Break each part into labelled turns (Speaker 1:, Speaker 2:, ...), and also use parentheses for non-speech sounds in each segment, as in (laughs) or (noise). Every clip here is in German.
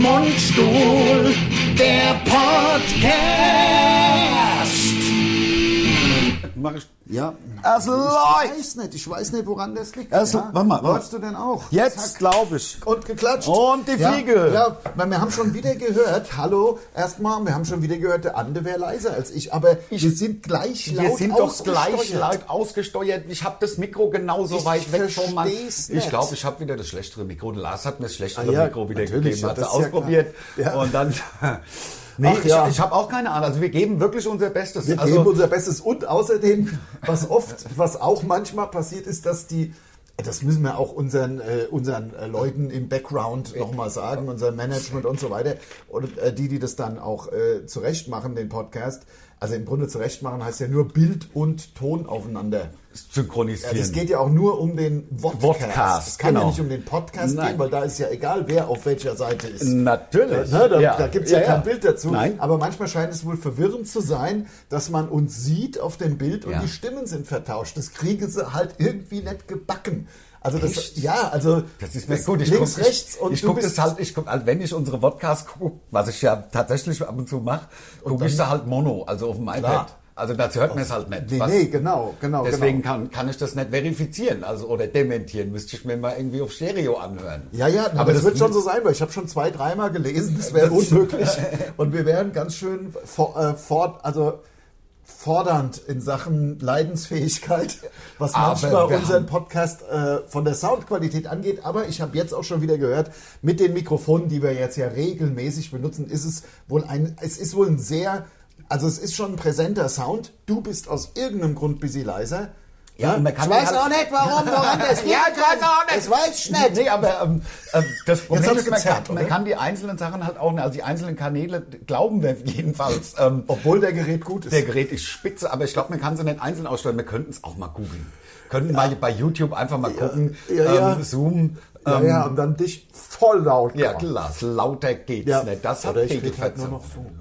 Speaker 1: Mundstuhl, der Podcast.
Speaker 2: Mach ich.
Speaker 3: Ja.
Speaker 1: Es
Speaker 3: Ich
Speaker 1: läuft.
Speaker 3: weiß nicht, ich weiß nicht, woran das liegt.
Speaker 1: Es- warte mal,
Speaker 3: Läufst du denn auch?
Speaker 1: Jetzt glaube ich.
Speaker 3: Und geklatscht.
Speaker 1: Und die
Speaker 3: ja,
Speaker 1: Fliege.
Speaker 3: Ja, weil wir haben schon wieder gehört, hallo, erstmal, wir haben schon wieder gehört, der Ande wäre leiser als ich, aber wir sind gleich laut
Speaker 2: Wir sind doch gleich
Speaker 3: ausgesteuert.
Speaker 2: laut ausgesteuert. Ich habe das Mikro genauso
Speaker 3: Ich
Speaker 2: weit weg vom Mann.
Speaker 3: versteh's
Speaker 2: Ich
Speaker 3: nicht.
Speaker 2: glaube, ich habe wieder das schlechtere Mikro. Der Lars hat mir das schlechtere
Speaker 3: Ah ja,
Speaker 2: Mikro wieder
Speaker 3: natürlich,
Speaker 2: gegeben.
Speaker 3: ja,
Speaker 2: Hat
Speaker 3: das
Speaker 2: er
Speaker 3: ist ja
Speaker 2: ausprobiert.
Speaker 3: klar. Ja.
Speaker 2: Und dann.
Speaker 3: (laughs)
Speaker 2: Nee,
Speaker 3: Ach ja.
Speaker 2: ich, ich habe auch keine Ahnung. Also wir geben wirklich unser Bestes.
Speaker 3: Wir
Speaker 2: also,
Speaker 3: geben unser Bestes und außerdem, was oft, was auch manchmal passiert ist, dass die, das müssen wir auch unseren, äh, unseren äh, Leuten im Background nochmal sagen, unserem Management und so weiter, und äh, die, die das dann auch äh, zurecht machen, den Podcast. Also im Grunde zurecht machen heißt ja nur Bild und Ton aufeinander.
Speaker 2: synchronisieren.
Speaker 3: Also es geht ja auch nur um den
Speaker 2: Vodcast,
Speaker 3: Vodcast. Es kann
Speaker 2: genau.
Speaker 3: ja nicht um den Podcast
Speaker 2: Nein.
Speaker 3: gehen, weil da ist ja egal, wer auf welcher Seite ist.
Speaker 2: Natürlich.
Speaker 3: Ne, da
Speaker 2: Ja.
Speaker 3: da gibt es ja,
Speaker 2: Ja, ja.
Speaker 3: kein Bild dazu.
Speaker 2: Nein.
Speaker 3: Aber manchmal scheint es wohl verwirrend zu sein, dass man uns sieht auf dem Bild und
Speaker 2: Ja.
Speaker 3: die Stimmen sind vertauscht. Das kriegen sie halt irgendwie nicht gebacken. Also das,
Speaker 2: Echt?
Speaker 3: ja, also
Speaker 2: Das ist mir gut. Ich
Speaker 3: links,
Speaker 2: guck,
Speaker 3: rechts
Speaker 2: ich,
Speaker 3: und
Speaker 2: ich
Speaker 3: du
Speaker 2: gucke
Speaker 3: bist
Speaker 2: das halt, ich guck, halt, wenn ich unsere Podcasts gucke, was ich ja tatsächlich ab und zu mache, gucke ich da halt Mono, also auf dem
Speaker 3: Klar.
Speaker 2: iPad. Also dazu hört man es halt nicht.
Speaker 3: Nee,
Speaker 2: was-
Speaker 3: nee, genau, genau,
Speaker 2: Deswegen
Speaker 3: genau.
Speaker 2: Kann, kann ich das nicht verifizieren also, oder dementieren. Müsste ich mir mal irgendwie auf Stereo anhören.
Speaker 3: Ja, ja, aber das, wird schon so sein, weil ich habe schon zwei,
Speaker 2: (laughs)
Speaker 3: dreimal gelesen, das wäre unmöglich. Und wir wären ganz schön for, äh, fort, also fordernd in Sachen Leidensfähigkeit, was
Speaker 2: Aber
Speaker 3: manchmal
Speaker 2: wir haben-
Speaker 3: unseren Podcast äh, von der Soundqualität angeht. Aber ich habe jetzt auch schon wieder gehört, mit den Mikrofonen, die wir jetzt ja regelmäßig benutzen, ist es wohl ein, es ist wohl ein sehr, also es ist schon ein präsenter Sound. Du bist aus irgendeinem Grund busy leiser.
Speaker 2: Ja, und man kann
Speaker 3: ich weiß
Speaker 2: halt-
Speaker 3: auch nicht,
Speaker 2: (laughs)
Speaker 3: warum, woran das liegt.
Speaker 2: Ja, ich weiß auch nicht.
Speaker 3: Das weiß ich nicht.
Speaker 2: Nee, aber ähm, ähm, das Problem
Speaker 3: hab's
Speaker 2: ist, man,
Speaker 3: gezerrt,
Speaker 2: kann, man
Speaker 3: oder?
Speaker 2: kann die einzelnen Sachen halt auch, nicht- also die einzelnen Kanäle glauben wir jedenfalls. Ähm,
Speaker 3: Obwohl der Gerät gut ist.
Speaker 2: Der Gerät ist spitze, aber ich glaube, man kann sie nicht einzeln aussteuern. Wir könnten es auch mal googeln. Könnten mal bei YouTube einfach mal gucken.
Speaker 3: ja, ja.
Speaker 2: Ähm, Zoom.
Speaker 3: Ja,
Speaker 2: ähm,
Speaker 3: ja, und dann dich voll laut
Speaker 2: ja,
Speaker 3: machen.
Speaker 2: klar, lauter geht's nicht. Das hat
Speaker 3: Oder ich
Speaker 2: Pegel
Speaker 3: krieg halt nur
Speaker 2: verzogen.
Speaker 3: noch so.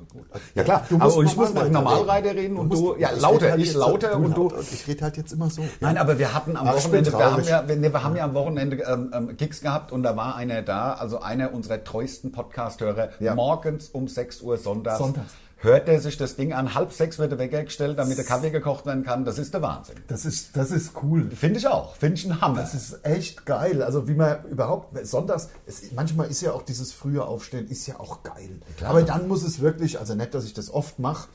Speaker 2: Ja klar,
Speaker 3: Du musst
Speaker 2: aber ich muss
Speaker 3: normal
Speaker 2: mit
Speaker 3: weiter
Speaker 2: Normalreiter reden und du,
Speaker 3: musst-
Speaker 2: ja,
Speaker 3: ich
Speaker 2: lauter,
Speaker 3: red halt
Speaker 2: ich
Speaker 3: jetzt-
Speaker 2: lauter und du.
Speaker 3: laut. Ich rede halt jetzt immer so.
Speaker 2: Nein, aber wir hatten am
Speaker 3: Ach, ich bin
Speaker 2: Wochenende, wir haben,
Speaker 3: traurig.
Speaker 2: ja, wir, nee, wir haben ja am Wochenende ähm, ähm, Gigs gehabt und da war einer da, also einer unserer treuesten Podcast-Hörer,
Speaker 3: Ja.
Speaker 2: morgens um 6 Uhr sonntags,
Speaker 3: Sonntags.
Speaker 2: hört er sich das Ding an, halb sechs wird er weggestellt, damit der Kaffee gekocht werden kann, das ist der Wahnsinn.
Speaker 3: Das ist, das ist cool.
Speaker 2: Finde ich auch, finde ich ein Hammer.
Speaker 3: Das ist echt geil. Also wie man überhaupt sonntags, es, manchmal ist ja auch dieses frühe Aufstehen ist ja auch geil.
Speaker 2: Klar.
Speaker 3: Aber dann muss es wirklich, also nicht, dass ich das oft mache,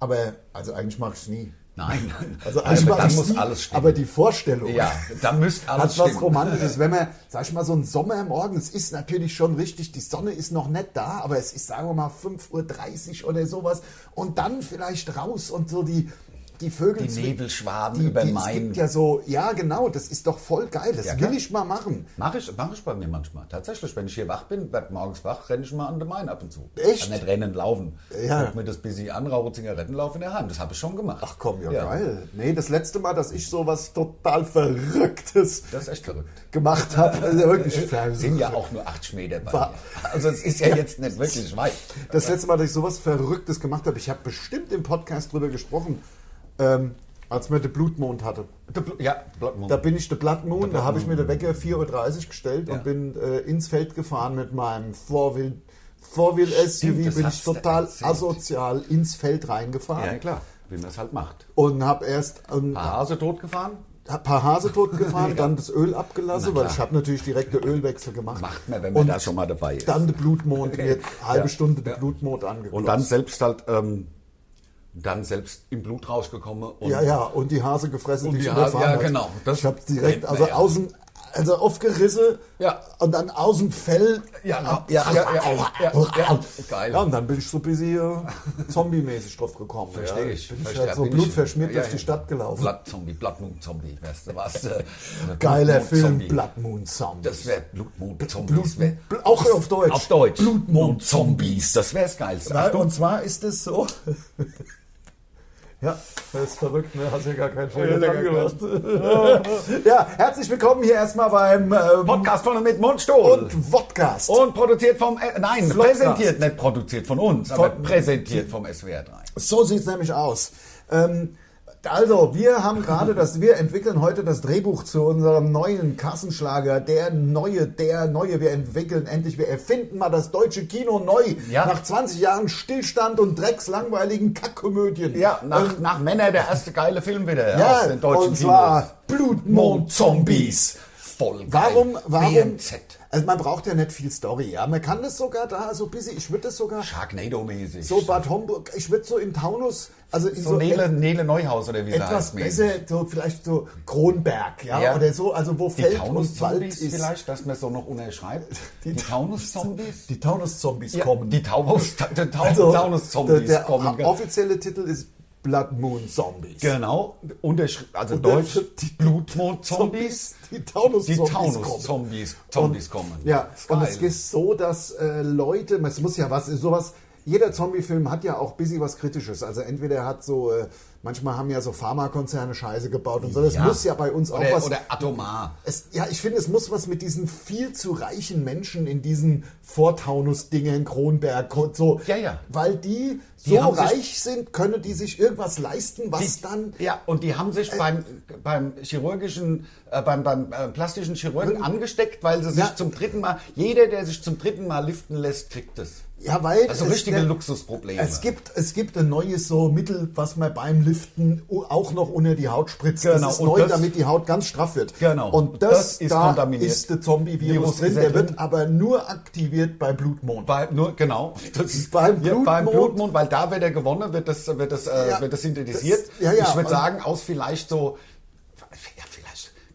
Speaker 3: aber also eigentlich mache ich es nie.
Speaker 2: Nein,
Speaker 3: Also eigentlich
Speaker 2: also,
Speaker 3: mache
Speaker 2: dann
Speaker 3: ich
Speaker 2: muss
Speaker 3: nie,
Speaker 2: alles stimmen.
Speaker 3: Aber die Vorstellung.
Speaker 2: ja, dann müsste alles
Speaker 3: hat was
Speaker 2: stimmen.
Speaker 3: Romantisches. Wenn man, sag ich mal, so ein Sommermorgen, es ist natürlich schon richtig, die Sonne ist noch nicht da, aber es ist, sagen wir mal, 5.30 Uhr oder sowas. Und dann vielleicht raus und so die, die Vögel.
Speaker 2: Die
Speaker 3: zwi-
Speaker 2: Nebelschwaden
Speaker 3: die,
Speaker 2: über
Speaker 3: die, Es
Speaker 2: Main.
Speaker 3: gibt ja so, ja genau, das ist doch voll geil, das
Speaker 2: Ja,
Speaker 3: will
Speaker 2: klar.
Speaker 3: ich mal machen.
Speaker 2: Mache ich, mach ich bei mir manchmal. Tatsächlich, wenn ich hier wach bin, werd morgens wach, renne ich mal an den Main ab und zu.
Speaker 3: Echt?
Speaker 2: Also nicht rennen, laufen.
Speaker 3: Ja.
Speaker 2: Guck mir das bisschen an, rauche Zigarettenlauf in der Hand. Das habe ich schon gemacht.
Speaker 3: Ach komm, ja, geil. Nee, das letzte Mal, dass ich sowas total Verrücktes
Speaker 2: Das ist echt verrückt.
Speaker 3: gemacht habe, also wirklich
Speaker 2: Sind
Speaker 3: verrückt.
Speaker 2: ja auch nur 8 Meter bei
Speaker 3: War-
Speaker 2: mir. Also es ist ja jetzt nicht wirklich weit.
Speaker 3: Das letzte Mal, dass ich sowas Verrücktes gemacht habe, ich habe bestimmt im Podcast drüber gesprochen, ähm, als mir den Blutmond hatte.
Speaker 2: Der Bl- Ja, Blockmund.
Speaker 3: Da bin ich der Blood Moon, da habe ich mir den Wecker 4.30 Uhr gestellt
Speaker 2: Ja.
Speaker 3: und bin äh, ins Feld gefahren mit meinem Vorwheel, Vorwheel SUV,
Speaker 2: das
Speaker 3: bin ich
Speaker 2: hast du
Speaker 3: total
Speaker 2: erzählt.
Speaker 3: asozial ins Feld reingefahren
Speaker 2: Ja, klar. Wie man es halt macht.
Speaker 3: und habe erst ein
Speaker 2: Paar Hase totgefahren?
Speaker 3: paar Hase tot
Speaker 2: (laughs)
Speaker 3: gefahren, dann das Öl abgelassen,
Speaker 2: Na
Speaker 3: weil ich
Speaker 2: klar.
Speaker 3: habe natürlich direkt den Ölwechsel gemacht.
Speaker 2: Macht man, wenn man
Speaker 3: Und
Speaker 2: da schon mal dabei ist.
Speaker 3: Dann der Blutmond, mir eine
Speaker 2: (laughs)
Speaker 3: halbe
Speaker 2: Ja.
Speaker 3: Stunde der
Speaker 2: Ja.
Speaker 3: Blutmond angeklopft.
Speaker 2: Und dann selbst halt, ähm, dann selbst im Blut rausgekommen. Und
Speaker 3: Ja, ja, und die Hase gefressen,
Speaker 2: Und
Speaker 3: die,
Speaker 2: die
Speaker 3: ich
Speaker 2: Hase-
Speaker 3: überfahren
Speaker 2: ja,
Speaker 3: hat.
Speaker 2: genau. Das
Speaker 3: ich habe direkt,
Speaker 2: kennt
Speaker 3: also
Speaker 2: man ja.
Speaker 3: außen, also aufgerisse
Speaker 2: Ja.
Speaker 3: und dann aus dem Fell.
Speaker 2: Ja, ja, ja, ja, ja, ja. Geil.
Speaker 3: Ja, und dann bin ich so busy äh, zombie-mäßig drauf gekommen.
Speaker 2: Verstehe ich.
Speaker 3: Bin ich
Speaker 2: Verstehe,
Speaker 3: halt so
Speaker 2: bin
Speaker 3: blutverschmiert
Speaker 2: ich-
Speaker 3: durch
Speaker 2: ja,
Speaker 3: die
Speaker 2: ja.
Speaker 3: Stadt gelaufen.
Speaker 2: Blattzombie, Blattmond-Zombie, weißt du
Speaker 3: (laughs)
Speaker 2: was? Äh,
Speaker 3: Geiler Film,
Speaker 2: Blattmond-Zombie.
Speaker 3: Blood Moon Sound.
Speaker 2: Das wäre Blutmond-Zombie.
Speaker 3: Blut-
Speaker 2: das wär-
Speaker 3: Bl- auch auf Deutsch.
Speaker 2: Auf Deutsch.
Speaker 3: Blutmond-Zombies.
Speaker 2: Das wäre das Geilste.
Speaker 3: Weil,
Speaker 2: Achtung.
Speaker 3: und zwar ist es so. (laughs) ja, das ist verrückt, ne? Hast ja gar keinen Schädel
Speaker 2: Ja,
Speaker 3: dran
Speaker 2: gar
Speaker 3: gemacht. (laughs) ja, herzlich willkommen hier erstmal beim ähm,
Speaker 2: Podcast von und mit Mundstuhl.
Speaker 3: und Vodcast.
Speaker 2: Und produziert vom, äh, nein,
Speaker 3: Flopcast.
Speaker 2: präsentiert, nicht produziert von uns, aber
Speaker 3: Von-
Speaker 2: präsentiert vom SWR 3.
Speaker 3: So sieht es nämlich aus. Ähm, Also, wir haben gerade das, wir entwickeln heute das Drehbuch zu unserem neuen Kassenschlager, der neue, der neue. Wir entwickeln endlich, wir erfinden mal das deutsche Kino neu.
Speaker 2: Ja.
Speaker 3: Nach 20 Jahren Stillstand und dreckslangweiligen Kackkomödien. Ähm,
Speaker 2: Ja, nach, nach Männer der erste geile Film wieder
Speaker 3: Ja,
Speaker 2: aus den deutschen
Speaker 3: und zwar
Speaker 2: Blutmond-Zombies. Voll geil.
Speaker 3: Warum, warum?
Speaker 2: BMZ.
Speaker 3: Also man braucht ja nicht viel Story, ja. Man kann das sogar da so ein bisschen, ich würde das sogar
Speaker 2: Sharknado-mäßig.
Speaker 3: so Bad Homburg, ich würde so im Taunus, also in so,
Speaker 2: So Nele,
Speaker 3: et-
Speaker 2: Nele Neuhaus oder wie sie
Speaker 3: etwas
Speaker 2: heißt. mäßig.
Speaker 3: besser, so vielleicht so Kronberg, ja,
Speaker 2: Ja.
Speaker 3: oder so, also wo
Speaker 2: Die
Speaker 3: Feld und Wald
Speaker 2: Taunus-Zombies
Speaker 3: ist.
Speaker 2: vielleicht, dass man so noch
Speaker 3: (laughs)
Speaker 2: unerschreibt. Die Taunus-Zombies?
Speaker 3: Die Taunus-Zombies
Speaker 2: Ja,
Speaker 3: kommen.
Speaker 2: Die Taunus- Ta- Ta- Ta-
Speaker 3: Also,
Speaker 2: Taunus-Zombies
Speaker 3: der, der
Speaker 2: kommen. gell?
Speaker 3: offizielle Titel ist Blood Moon Zombies.
Speaker 2: Genau, Untersch also
Speaker 3: Untersch-
Speaker 2: Deutsch, die Blutmond-Zombies,
Speaker 3: Die Taunus-Zombies
Speaker 2: die
Speaker 3: kommen.
Speaker 2: Taunus-Zombies Zombies
Speaker 3: Und-
Speaker 2: kommen.
Speaker 3: Ja,
Speaker 2: Ist
Speaker 3: und
Speaker 2: geil.
Speaker 3: es ist so, dass äh, Leute, es muss ja was, sowas, jeder Zombie-Film hat ja auch ein bisschen was Kritisches. Also entweder er hat so, äh, manchmal haben ja so Pharmakonzerne Scheiße gebaut und so. Das
Speaker 2: Ja.
Speaker 3: muss ja bei uns auch
Speaker 2: oder,
Speaker 3: was.
Speaker 2: Oder atomar.
Speaker 3: es, ja, ich finde, es muss was mit diesen viel zu reichen Menschen in diesen Vortaunus-Dingen, Kronberg und so.
Speaker 2: Ja, ja.
Speaker 3: Weil die so
Speaker 2: Die haben sich-
Speaker 3: reich sind, können die sich irgendwas leisten, was dann.
Speaker 2: Ja, und die haben
Speaker 3: Äh,
Speaker 2: sich beim, beim chirurgischen, äh, beim, beim äh, plastischen Chirurgen angesteckt, weil sie sich
Speaker 3: Hm? Ja.
Speaker 2: zum dritten Mal, jeder, der sich zum dritten Mal liften lässt, kriegt es.
Speaker 3: Ja, weil.
Speaker 2: Also
Speaker 3: es-
Speaker 2: richtige
Speaker 3: der-
Speaker 2: Luxusprobleme.
Speaker 3: Es gibt, es gibt ein neues so Mittel, was man beim Liften u- auch noch unter die Haut spritzt.
Speaker 2: Genau,
Speaker 3: Das ist
Speaker 2: und
Speaker 3: neu,
Speaker 2: das-
Speaker 3: damit die Haut ganz straff wird.
Speaker 2: Genau.
Speaker 3: Und das,
Speaker 2: Das ist
Speaker 3: da
Speaker 2: kontaminiert.
Speaker 3: ist der Zombie-Virus
Speaker 2: Virus
Speaker 3: drin.
Speaker 2: ist er
Speaker 3: Der
Speaker 2: drin.
Speaker 3: wird aber nur aktiviert bei Blutmond.
Speaker 2: Bei, nur, genau. Das ist
Speaker 3: Beim Blutmond.
Speaker 2: beim Blutmond, weil da wird er gewonnen, wird das, wird das, äh,
Speaker 3: Ja,
Speaker 2: wird das synthetisiert.
Speaker 3: das- ja, ja,
Speaker 2: ich
Speaker 3: und-
Speaker 2: würde sagen, aus vielleicht so, ja, vielleicht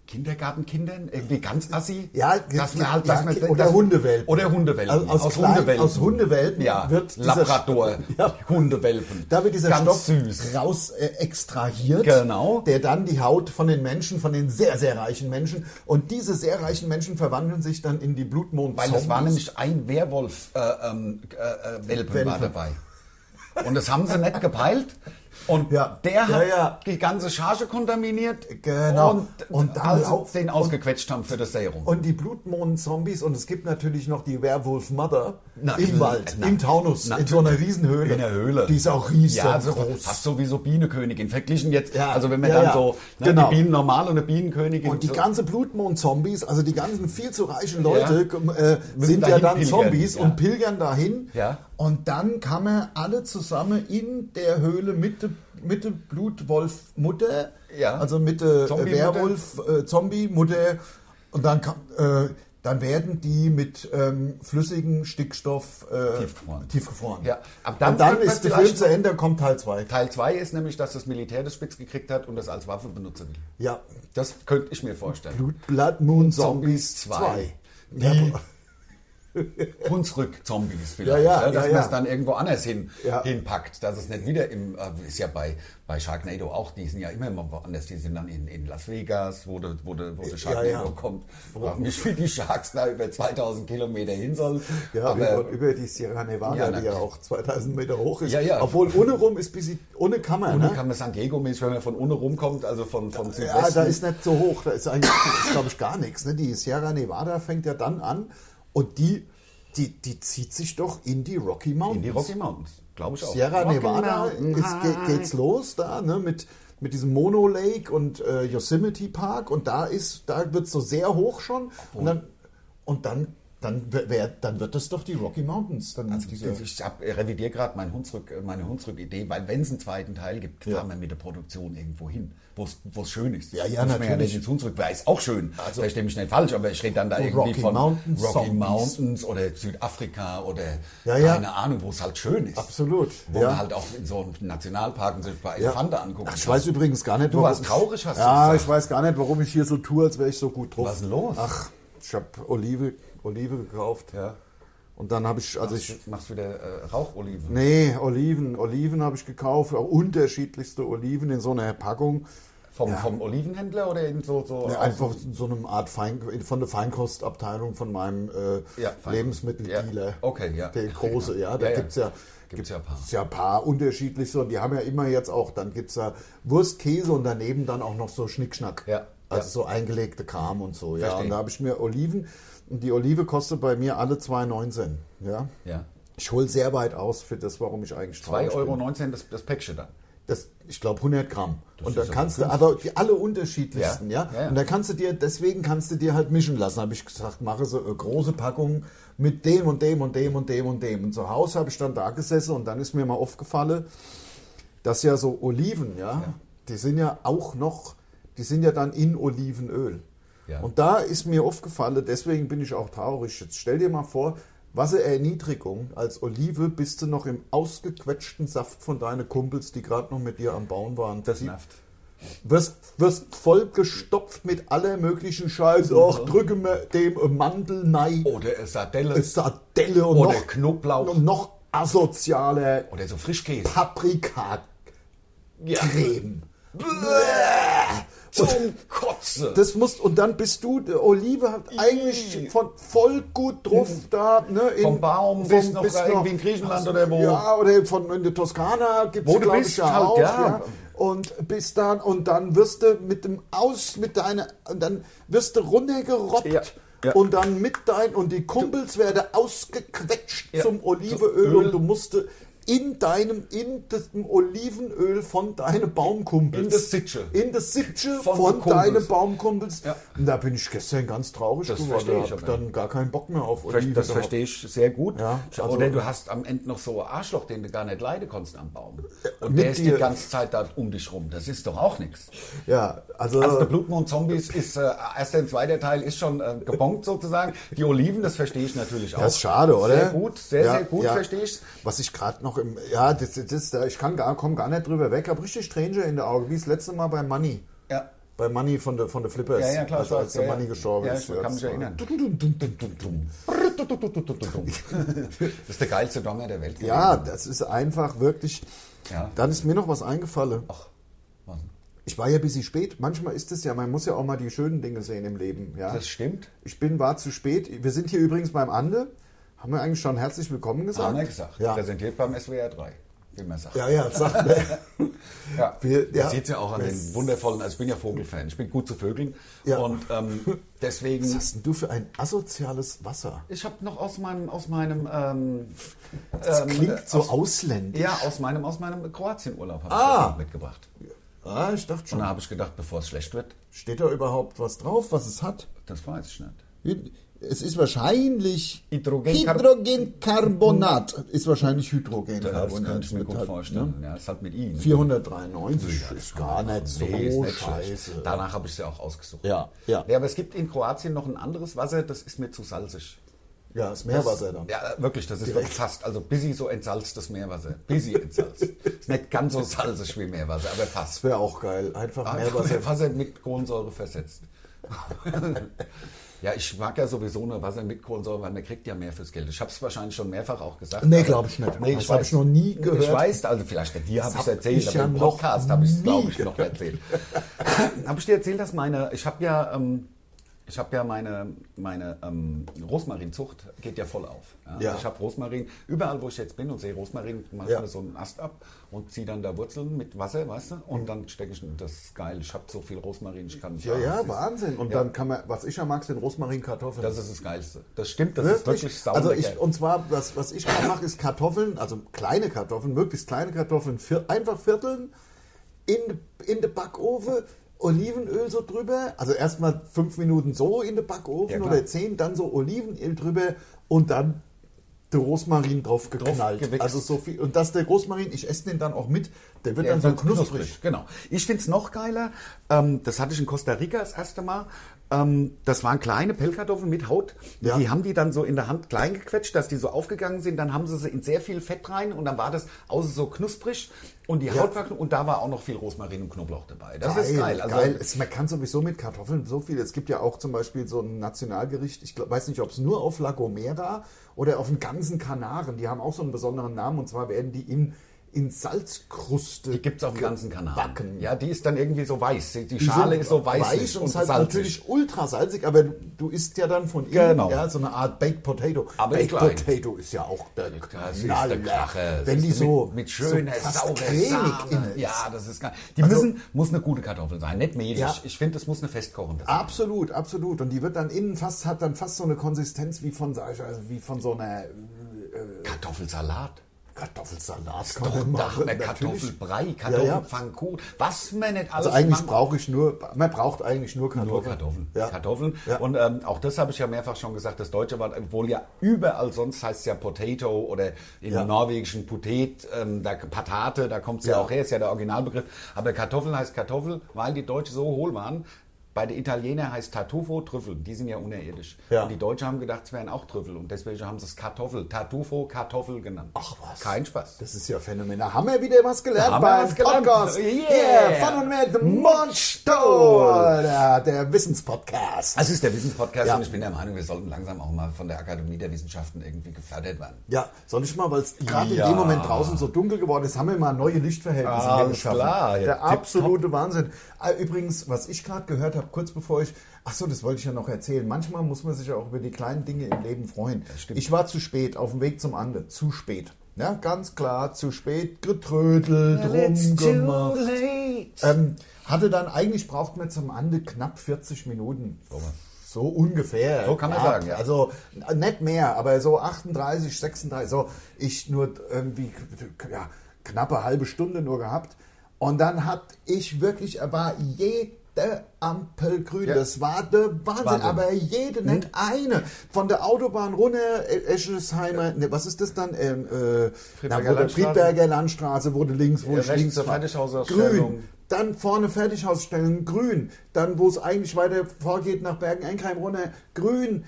Speaker 2: Kindergartenkindern, irgendwie ganz assi.
Speaker 3: Ja,
Speaker 2: dass man halt, dass
Speaker 3: ja,
Speaker 2: man,
Speaker 3: oder
Speaker 2: dass-
Speaker 3: Hundewelpen.
Speaker 2: Oder Hundewelpen.
Speaker 3: Also aus klein-
Speaker 2: Hundewelpen.
Speaker 3: aus Hundewelpen
Speaker 2: ja,
Speaker 3: wird dieser-
Speaker 2: Labrador, (laughs)
Speaker 3: (laughs) Ja.
Speaker 2: Hundewelpen.
Speaker 3: Da wird dieser
Speaker 2: ganz
Speaker 3: Stoff
Speaker 2: süß.
Speaker 3: raus äh, extrahiert,
Speaker 2: Genau.
Speaker 3: der dann die Haut von den Menschen, von den sehr, sehr reichen Menschen. Und diese sehr reichen Menschen verwandeln sich dann in die blutmond
Speaker 2: Weil es war nämlich ein Werwolf äh, ähm, äh, äh, Welpen war
Speaker 3: Welpen.
Speaker 2: dabei. Und das haben sie nicht gepeilt. Und
Speaker 3: Ja, ja,
Speaker 2: der hat
Speaker 3: ja.
Speaker 2: die ganze Charge kontaminiert.
Speaker 3: Genau.
Speaker 2: Und,
Speaker 3: Und
Speaker 2: und
Speaker 3: dann
Speaker 2: als
Speaker 3: lauf-
Speaker 2: sie den ausgequetscht haben für das Serum.
Speaker 3: Und die Blutmond-Zombies und es gibt natürlich noch die Werwolf-Mother
Speaker 2: Na,
Speaker 3: im
Speaker 2: na,
Speaker 3: Wald,
Speaker 2: na,
Speaker 3: im Taunus, in
Speaker 2: natürlich.
Speaker 3: so einer Riesenhöhle.
Speaker 2: in der Höhle.
Speaker 3: Die ist auch riesig
Speaker 2: Ja, also
Speaker 3: groß.
Speaker 2: fast so wie so Bienenkönigin. Verglichen jetzt,
Speaker 3: Ja,
Speaker 2: also wenn man
Speaker 3: ja,
Speaker 2: dann
Speaker 3: ja.
Speaker 2: so ne,
Speaker 3: Genau.
Speaker 2: die Bienen normal und eine Bienenkönigin.
Speaker 3: Und die
Speaker 2: so,
Speaker 3: ganze Blutmond-Zombies, also die ganzen viel zu reichen Leute, äh,
Speaker 2: Müssen
Speaker 3: sind ja
Speaker 2: dahin
Speaker 3: dann
Speaker 2: pilgern,
Speaker 3: Zombies
Speaker 2: ja.
Speaker 3: und pilgern dahin.
Speaker 2: Ja.
Speaker 3: Und dann kann man alle zusammen in der Höhle mit, de- mit der Blutwolf-Mutter,
Speaker 2: Ja.
Speaker 3: also mit der
Speaker 2: Zombie-Mutter.
Speaker 3: Werwolf-Zombie-Mutter, und dann, kann, äh, dann werden die mit ähm, flüssigem Stickstoff äh,
Speaker 2: Tiefgefroren.
Speaker 3: tiefgefroren.
Speaker 2: Ja. Ab
Speaker 3: dann
Speaker 2: dann
Speaker 3: und dann
Speaker 2: könnte man
Speaker 3: ist der
Speaker 2: vielleicht
Speaker 3: Film zu Ende, kommt Teil 2.
Speaker 2: Teil 2 ist nämlich, dass das Militär das spitz gekriegt hat und das als Waffe benutzen will.
Speaker 3: Ja,
Speaker 2: Das könnte ich mir vorstellen.
Speaker 3: Blut, Blood Moon Zombies
Speaker 2: Zombies
Speaker 3: 2.
Speaker 2: zwei.
Speaker 3: Ja,
Speaker 2: Hunsrück-Zombies vielleicht.
Speaker 3: Ja, ja,
Speaker 2: ne? dass
Speaker 3: ja,
Speaker 2: man
Speaker 3: ja.
Speaker 2: es dann irgendwo anders hin,
Speaker 3: Ja.
Speaker 2: hinpackt. Dass es nicht wieder im, äh, ist ja bei, bei Sharknado auch, die sind ja immer mal woanders. Die sind dann in, in Las Vegas, wo der wo de, wo de Sharknado
Speaker 3: ja.
Speaker 2: kommt. Frag mich, wie die Sharks da über 2000 Kilometer hin sollen.
Speaker 3: Ja,
Speaker 2: Aber
Speaker 3: über, über die Sierra Nevada,
Speaker 2: Ja, na
Speaker 3: die ja
Speaker 2: klar.
Speaker 3: auch 2000 Meter hoch ist.
Speaker 2: Ja, ja.
Speaker 3: Obwohl ohne rum ist bis ohne Kammer.
Speaker 2: ohne
Speaker 3: ne?
Speaker 2: kann man San Diego mäßig, wenn man von ohne rumkommt, also von, vom Südwesten.
Speaker 3: ja, da ist nicht so hoch. Da ist eigentlich, glaube ich, gar nichts. Ne? Die Sierra Nevada fängt ja dann an und die, die, die zieht sich doch in die Rocky Mountains.
Speaker 2: in die Rocky Mountains, glaube ich auch.
Speaker 3: Sierra
Speaker 2: Rocky
Speaker 3: Nevada
Speaker 2: Mountain
Speaker 3: ist, ge-
Speaker 2: High.
Speaker 3: geht's los da, ne, mit, mit diesem Mono Lake und äh, Yosemite Park und da ist, da wird's so sehr hoch schon und dann, und dann, dann, wär- wär, dann wird das doch die Rocky Mountains. Dann
Speaker 2: Also
Speaker 3: diese,
Speaker 2: Ich hab- äh, revidiere gerade mein Hunsrück, äh, meine Hunsrück-Idee, weil wenn es einen zweiten Teil gibt,
Speaker 3: Ja.
Speaker 2: fahren wir mit der Produktion irgendwo hin, wo es schön ist.
Speaker 3: Ja, ja,
Speaker 2: Muss man ja
Speaker 3: natürlich.
Speaker 2: nicht ins Hunsrück, weil ist auch schön. Also, Verstehe mich nicht falsch, aber ich rede dann da
Speaker 3: Und
Speaker 2: irgendwie
Speaker 3: Rocky
Speaker 2: von
Speaker 3: Mountains,
Speaker 2: Rocky
Speaker 3: Zombies.
Speaker 2: Mountains oder Südafrika oder
Speaker 3: Ja, ja.
Speaker 2: keine Ahnung, wo es halt schön ist.
Speaker 3: Absolut,
Speaker 2: Wo
Speaker 3: ja.
Speaker 2: man halt auch in so einem Nationalpark und sich ein paar
Speaker 3: Ja.
Speaker 2: Elefante angucken
Speaker 3: Ach, ich weiß übrigens gar nicht,
Speaker 2: Du warst traurig, hast du
Speaker 3: Ja,
Speaker 2: gesagt.
Speaker 3: ich weiß gar nicht, warum ich hier so tue, als wäre ich so gut drauf.
Speaker 2: Was ist denn los?
Speaker 3: Ach, ich habe Olive, Olive gekauft.
Speaker 2: Ja.
Speaker 3: Und dann habe ich, also ich,
Speaker 2: Ich mach's wieder äh, Raucholiven.
Speaker 3: Nee, Oliven. Oliven habe ich gekauft. Auch unterschiedlichste Oliven in so einer Packung.
Speaker 2: Vom, vom Olivenhändler oder in so, so
Speaker 3: Ja, Äh, einfach in so einem Art Fein, von der Feinkostabteilung von meinem äh,
Speaker 2: Ja, Fein-
Speaker 3: Lebensmitteldealer.
Speaker 2: Ja, okay, ja. genau.
Speaker 3: Der große, ja. Da
Speaker 2: Ja, ja.
Speaker 3: gibt's ja.
Speaker 2: Gibt's ja ein paar.
Speaker 3: gibt's ja ein paar unterschiedlichste und die haben ja immer jetzt auch, dann gibt es ja Wurst, Käse und daneben dann auch noch so Schnickschnack.
Speaker 2: Ja,
Speaker 3: Also
Speaker 2: ja.
Speaker 3: so eingelegte Kram und so. Ja.
Speaker 2: Versteh.
Speaker 3: Und da habe ich mir Oliven und die Olive kostet bei mir alle 2,19. Ja.
Speaker 2: ja.
Speaker 3: Ich hole sehr weit aus für das, warum ich eigentlich
Speaker 2: 2,19
Speaker 3: traurig bin.
Speaker 2: Euro das, das Päckchen dann.
Speaker 3: das, ich glaube 100 Gramm. und dann
Speaker 2: ist aber
Speaker 3: kannst du, aber die, alle unterschiedlichsten, ja.
Speaker 2: Ja, ja, ja.
Speaker 3: Und dann kannst du dir, deswegen kannst du dir halt mischen lassen. Habe ich gesagt, mache so eine große Packung mit dem und dem und dem und dem und dem. Und zu Hause habe ich dann da gesessen und dann ist mir mal aufgefallen, dass ja so Oliven, ja, die sind ja auch noch, die sind ja dann in Olivenöl.
Speaker 2: Ja.
Speaker 3: Und da ist mir aufgefallen, deswegen bin ich auch traurig. Jetzt stell dir mal vor, was eine Erniedrigung. Als Olive bist du noch im ausgequetschten Saft von deinen Kumpels, die gerade noch mit dir am Bauen waren. Das
Speaker 2: nervt.
Speaker 3: Wirst, wirst voll gestopft mit aller möglichen Scheiße.
Speaker 2: Oh.
Speaker 3: Och, drücke mir dem Mandel nein,
Speaker 2: Oder äh, Sardelle.
Speaker 3: Sardelle und
Speaker 2: Oder
Speaker 3: noch,
Speaker 2: Knoblauch.
Speaker 3: und noch asozialer
Speaker 2: oder so Frischkäse.
Speaker 3: Paprika-Creme.
Speaker 2: Zum Kotze.
Speaker 3: Das musst, und dann bist du, äh, Olive hat eigentlich von voll gut drauf da, ne? In,
Speaker 2: Mhm. Vom Baum bis noch da irgendwie in Griechenland oder wo.
Speaker 3: Ja, oder von in der Toskana gibt's,
Speaker 2: Wo du
Speaker 3: glaub
Speaker 2: bist,
Speaker 3: ich, ja
Speaker 2: halt,
Speaker 3: auch.
Speaker 2: ja.
Speaker 3: Ja. Und bis dann, und dann wirst du mit dem Aus, mit deiner, und dann wirst du runtergerobbt.
Speaker 2: Ja, ja.
Speaker 3: Und dann mit dein, und die Kumpels werden ausgequetscht
Speaker 2: Ja,
Speaker 3: zum
Speaker 2: zum
Speaker 3: Olivenöl und
Speaker 2: Öl.
Speaker 3: du musst in deinem, in dem Olivenöl von deinen Baumkumpels.
Speaker 2: In das Sitsche.
Speaker 3: In das Sitsche
Speaker 2: Von
Speaker 3: von,
Speaker 2: Kumpels.
Speaker 3: deinen Baumkumpels.
Speaker 2: Ja.
Speaker 3: Und da bin ich gestern ganz traurig
Speaker 2: Das
Speaker 3: geworden.
Speaker 2: verstehe ich
Speaker 3: Ich habe
Speaker 2: aber.
Speaker 3: dann gar keinen Bock mehr auf
Speaker 2: Ver-
Speaker 3: Oliven.
Speaker 2: Das
Speaker 3: gehabt.
Speaker 2: verstehe ich sehr gut.
Speaker 3: Ja, also-
Speaker 2: Oder du hast am Ende noch so ein Arschloch, den du gar nicht leiden konntest am Baum. Und
Speaker 3: mit
Speaker 2: der ist
Speaker 3: dir.
Speaker 2: die ganze Zeit da um dich rum. Das ist doch auch nichts.
Speaker 3: Ja, also,
Speaker 2: Also der Blutmond Zombies ist äh, erst der zweite Teil ist schon äh, gebongt sozusagen. Die Oliven, das verstehe ich natürlich auch.
Speaker 3: das ist schade, oder?
Speaker 2: Sehr gut, sehr,
Speaker 3: Ja,
Speaker 2: sehr gut,
Speaker 3: ja.
Speaker 2: verstehe ich.
Speaker 3: Was ich gerade noch im, ja, das, das, das, da- ich kann gar, komm gar nicht drüber weg. Hab richtig Stranger in der Augen, wie das letzte Mal bei Money.
Speaker 2: Ja.
Speaker 3: Bei Money von der von der Flippers.
Speaker 2: Ja, ja, klar,
Speaker 3: also,
Speaker 2: ich
Speaker 3: als
Speaker 2: weiß,
Speaker 3: der
Speaker 2: ja,
Speaker 3: Money
Speaker 2: ja.
Speaker 3: gestorben
Speaker 2: Ja,
Speaker 3: ist.
Speaker 2: ich kann mich
Speaker 3: jetzt. äh,
Speaker 2: erinnern. (laughs) Das ist der geilste Donger der Welt.
Speaker 3: Ja,
Speaker 2: gewesen.
Speaker 3: das ist einfach wirklich.
Speaker 2: Ja.
Speaker 3: Dann ist mir noch was eingefallen.
Speaker 2: Ach, Mann.
Speaker 3: Ich war ja ein bisschen spät. Manchmal ist es ja, man muss ja auch mal die schönen Dinge sehen im Leben. Ja?
Speaker 2: Das stimmt.
Speaker 3: Ich bin, war zu spät. Wir sind hier übrigens beim Ande. Haben wir eigentlich schon herzlich willkommen gesagt?
Speaker 2: Haben wir gesagt.
Speaker 3: Ja,
Speaker 2: Präsentiert beim SWR 3, wie man sagt.
Speaker 3: ja, ja sagt man.
Speaker 2: Ja.
Speaker 3: Wir-
Speaker 2: Man
Speaker 3: ja.
Speaker 2: sieht's ja auch an
Speaker 3: Das-
Speaker 2: den wundervollen, also ich bin ja Vogelfan, ich bin gut zu Vögeln.
Speaker 3: Ja.
Speaker 2: Und
Speaker 3: (laughs)
Speaker 2: ähm,
Speaker 3: Was
Speaker 2: deswegen,
Speaker 3: hast denn du für ein asoziales Wasser?
Speaker 2: ich habe noch aus meinem, aus meinem, ähm,
Speaker 3: Das
Speaker 2: ähm, äh,
Speaker 3: klingt so
Speaker 2: aus,
Speaker 3: ausländisch.
Speaker 2: ja, aus meinem, aus meinem Kroatien-Urlaub habe
Speaker 3: Ah.
Speaker 2: ich das noch mitgebracht.
Speaker 3: Ah, ich dachte
Speaker 2: Und
Speaker 3: schon.
Speaker 2: da habe ich gedacht, bevor es schlecht wird,
Speaker 3: Steht da überhaupt was drauf, was es hat?
Speaker 2: das weiß ich nicht.
Speaker 3: Es ist wahrscheinlich
Speaker 2: Hydrogenkar-
Speaker 3: Hydrogencarbonat. Ist wahrscheinlich
Speaker 2: Das
Speaker 3: Hydrogencarbonat.
Speaker 2: könnte ich mir
Speaker 3: mit
Speaker 2: gut
Speaker 3: halt, ne?
Speaker 2: vorstellen. Ja, das hat mit Ihnen.
Speaker 3: 493
Speaker 2: Ja,
Speaker 3: ist gar nicht so
Speaker 2: Nee, ist nicht
Speaker 3: scheiße.
Speaker 2: schlecht. Danach habe ich sie auch ausgesucht.
Speaker 3: Ja, ja.
Speaker 2: ja, aber es gibt in Kroatien noch ein anderes Wasser, das ist mir zu salzig.
Speaker 3: Ja, ist Meerwasser dann.
Speaker 2: Ja, wirklich, das ist wirklich fast, also busy so entsalztes Meerwasser. Busy
Speaker 3: (laughs)
Speaker 2: entsalzt. ist nicht ganz so salzig wie Meerwasser, aber fast.
Speaker 3: Wäre auch geil. Einfach
Speaker 2: (laughs) Einfach
Speaker 3: Meerwasser.
Speaker 2: Wasser mit Kohlensäure versetzt. (laughs) ja, ich mag ja sowieso nur Wasser mit Kohlensäure, weil man kriegt ja mehr fürs Geld. Ich habe es wahrscheinlich schon mehrfach auch gesagt.
Speaker 3: Nee,
Speaker 2: aber-
Speaker 3: glaub ich nicht.
Speaker 2: Nee,
Speaker 3: Das
Speaker 2: ich
Speaker 3: hab
Speaker 2: weiß.
Speaker 3: ich noch nie gehört.
Speaker 2: Ich weiß, also vielleicht nicht dir habe ich
Speaker 3: hab
Speaker 2: es erzählt,
Speaker 3: ich
Speaker 2: aber
Speaker 3: ja
Speaker 2: im
Speaker 3: noch
Speaker 2: Podcast habe ich es, glaube ich,
Speaker 3: nie
Speaker 2: noch erzählt. (laughs) habe ich dir erzählt, dass meine, ich habe ja, ähm, ich habe ja meine, meine ähm, Rosmarinzucht geht ja voll auf.
Speaker 3: Ja.
Speaker 2: Ich habe Rosmarin, überall wo ich jetzt bin und sehe Rosmarin, mache
Speaker 3: Ja.
Speaker 2: ich mir so einen Ast ab und ziehe dann da Wurzeln mit Wasser, weißt du? Und dann stecke ich, das ist geil, ich habe so viel Rosmarin, ich kann nicht
Speaker 3: Ja,
Speaker 2: alles.
Speaker 3: ja,
Speaker 2: Das ist-
Speaker 3: Wahnsinn. Und dann kann man, was ich ja mag, sind Rosmarinkartoffeln.
Speaker 2: Das ist das Geilste. Das stimmt, das ist wirklich sauber.
Speaker 3: also ich, und zwar, was, was ich gerade mache, ist Kartoffeln, also kleine Kartoffeln, möglichst kleine Kartoffeln, vier, einfach vierteln, in, in den Backofen, Olivenöl so drüber, also erstmal fünf Minuten so in den
Speaker 2: Ja,
Speaker 3: Backofen
Speaker 2: klar.
Speaker 3: oder zehn, dann so Olivenöl drüber und dann der Rosmarin drauf geknallt.
Speaker 2: gewichst.
Speaker 3: also so viel. Und dass der Rosmarin, ich esse den dann auch mit, der wird
Speaker 2: Der
Speaker 3: dann
Speaker 2: ist
Speaker 3: so knusprig.
Speaker 2: Genau. Ich finde es noch geiler. Ähm, das hatte ich in Costa Rica das erste Mal. Ähm, das waren kleine Pellkartoffeln mit Haut.
Speaker 3: Ja.
Speaker 2: Die haben die dann so in der Hand klein gequetscht, dass die so aufgegangen sind. Dann haben sie sie in sehr viel Fett rein und dann war das außen so knusprig und die Haut war knu- und da war auch noch viel Rosmarin und Knoblauch dabei. Das ist geil. Also,
Speaker 3: geil. Es, man kann sowieso mit Kartoffeln so viel. Es gibt ja auch zum Beispiel so ein Nationalgericht, ich glaub, weiß nicht, ob es nur auf La Gomera oder auf den ganzen Kanaren, die haben auch so einen besonderen Namen und zwar werden die in, in Salzkruste.
Speaker 2: Die gibt's auf dem ganzen Kanal.
Speaker 3: Backen.
Speaker 2: Ja, die ist dann irgendwie so weiß. Die- Die Schale
Speaker 3: sind
Speaker 2: ist so weiß,
Speaker 3: und, ist halt natürlich ultra salzig, aber du isst ja dann von innen
Speaker 2: Genau.
Speaker 3: ja, so eine Art Baked Potato.
Speaker 2: Aber
Speaker 3: Baked
Speaker 2: klein.
Speaker 3: Potato ist ja auch der
Speaker 2: Das ist
Speaker 3: Knaller.
Speaker 2: der Kracher.
Speaker 3: Wenn
Speaker 2: Das
Speaker 3: die
Speaker 2: ist
Speaker 3: so
Speaker 2: mit, mit schöner,
Speaker 3: so fast
Speaker 2: saurer
Speaker 3: cremig
Speaker 2: Sahne.
Speaker 3: innen ist.
Speaker 2: Ja, das ist geil. Die
Speaker 3: Also-
Speaker 2: müssen, muss eine gute Kartoffel sein, nicht mehlig.
Speaker 3: Ja.
Speaker 2: Ich finde, es muss eine festkochende sein.
Speaker 3: Absolut, absolut. Und die wird dann innen fast, hat dann fast so eine Konsistenz wie von, sag ich, also wie von so einer
Speaker 2: Kartoffelsalat.
Speaker 3: Kartoffelsalat
Speaker 2: Doch,
Speaker 3: kann man machen.
Speaker 2: Dachmer,
Speaker 3: Äh, natürlich.
Speaker 2: Kartoffelbrei,
Speaker 3: Ja, ja.
Speaker 2: Kartoffelpfannkuchen, was man nicht alles
Speaker 3: Also eigentlich
Speaker 2: machen-
Speaker 3: brauche ich nur, man braucht eigentlich nur Kartoffeln.
Speaker 2: Nur Kartoffeln.
Speaker 3: Ja.
Speaker 2: Kartoffeln.
Speaker 3: Ja.
Speaker 2: Und ähm, auch das habe ich ja mehrfach schon gesagt, das deutsche Wort, obwohl ja überall sonst heißt es ja Potato oder im
Speaker 3: Ja.
Speaker 2: norwegischen Putet, ähm, da, Patate, da kommt es ja.
Speaker 3: Ja.
Speaker 2: auch her, ist ja der Originalbegriff. Aber Kartoffeln heißt Kartoffel, weil die Deutschen so hohl waren. Bei den Italienern heißt Tartufo Trüffel, die sind ja unerirdisch.
Speaker 3: Ja.
Speaker 2: Und die Deutschen haben gedacht, es wären auch Trüffel und deswegen haben sie es Kartoffel, Tartufo Kartoffel genannt.
Speaker 3: Ach was.
Speaker 2: Kein Spaß.
Speaker 3: Das ist ja phänomenal. Haben wir wieder was gelernt
Speaker 2: Haben wir
Speaker 3: beim
Speaker 2: was gelernt.
Speaker 3: Podcast.
Speaker 2: Yeah.
Speaker 3: yeah, Fun und mit Monster, der, der Wissenspodcast.
Speaker 2: Es ist der Wissenspodcast
Speaker 3: Ja.
Speaker 2: und ich bin der Meinung, wir sollten langsam auch mal von der Akademie der Wissenschaften irgendwie gefördert werden.
Speaker 3: Ja, soll ich mal, weil es gerade
Speaker 2: Ja. Ah,
Speaker 3: in dem Moment draußen so dunkel geworden ist, haben wir mal neue Lichtverhältnisse
Speaker 2: Alles
Speaker 3: hier geschaffen.
Speaker 2: klar, ja,
Speaker 3: der
Speaker 2: tipptopp.
Speaker 3: absolute Wahnsinn. Ah, Übrigens, was ich gerade gehört habe, kurz bevor ich, ach so, das wollte ich ja noch erzählen. Manchmal muss man sich ja auch über die kleinen Dinge im Leben freuen.
Speaker 2: stimmt.
Speaker 3: Ich war zu spät auf dem Weg zum Ande, zu spät. Ja, ganz klar, zu spät, getrödelt, rumgemacht. Ähm, hatte dann, eigentlich braucht man zum Ende knapp 40 Minuten. So ungefähr.
Speaker 2: So kann man sagen, ja.
Speaker 3: Also äh, nicht mehr, aber so 38, 36, so ich nur irgendwie ja, knappe halbe Stunde nur gehabt. Und dann hat ich wirklich, äh, war jede Ampel grün.
Speaker 2: Ja.
Speaker 3: Das war der Wahnsinn,
Speaker 2: Wahnsinn. Hm?
Speaker 3: aber jede, nicht eine. Von der Autobahn runter, äh, Eschesheimer, ne, was ist das dann? Ähm, äh, na, wo der
Speaker 2: Landstraße.
Speaker 3: Friedberger Landstraße wurde links, wo
Speaker 2: Ja,
Speaker 3: ich
Speaker 2: rechts
Speaker 3: links
Speaker 2: zur
Speaker 3: fahr-
Speaker 2: Fertighausstellung.
Speaker 3: Grün, dann vorne Fertighausstellung, grün. Dann, wo es eigentlich weiter vorgeht nach Bergen-Enkheim runter, grün.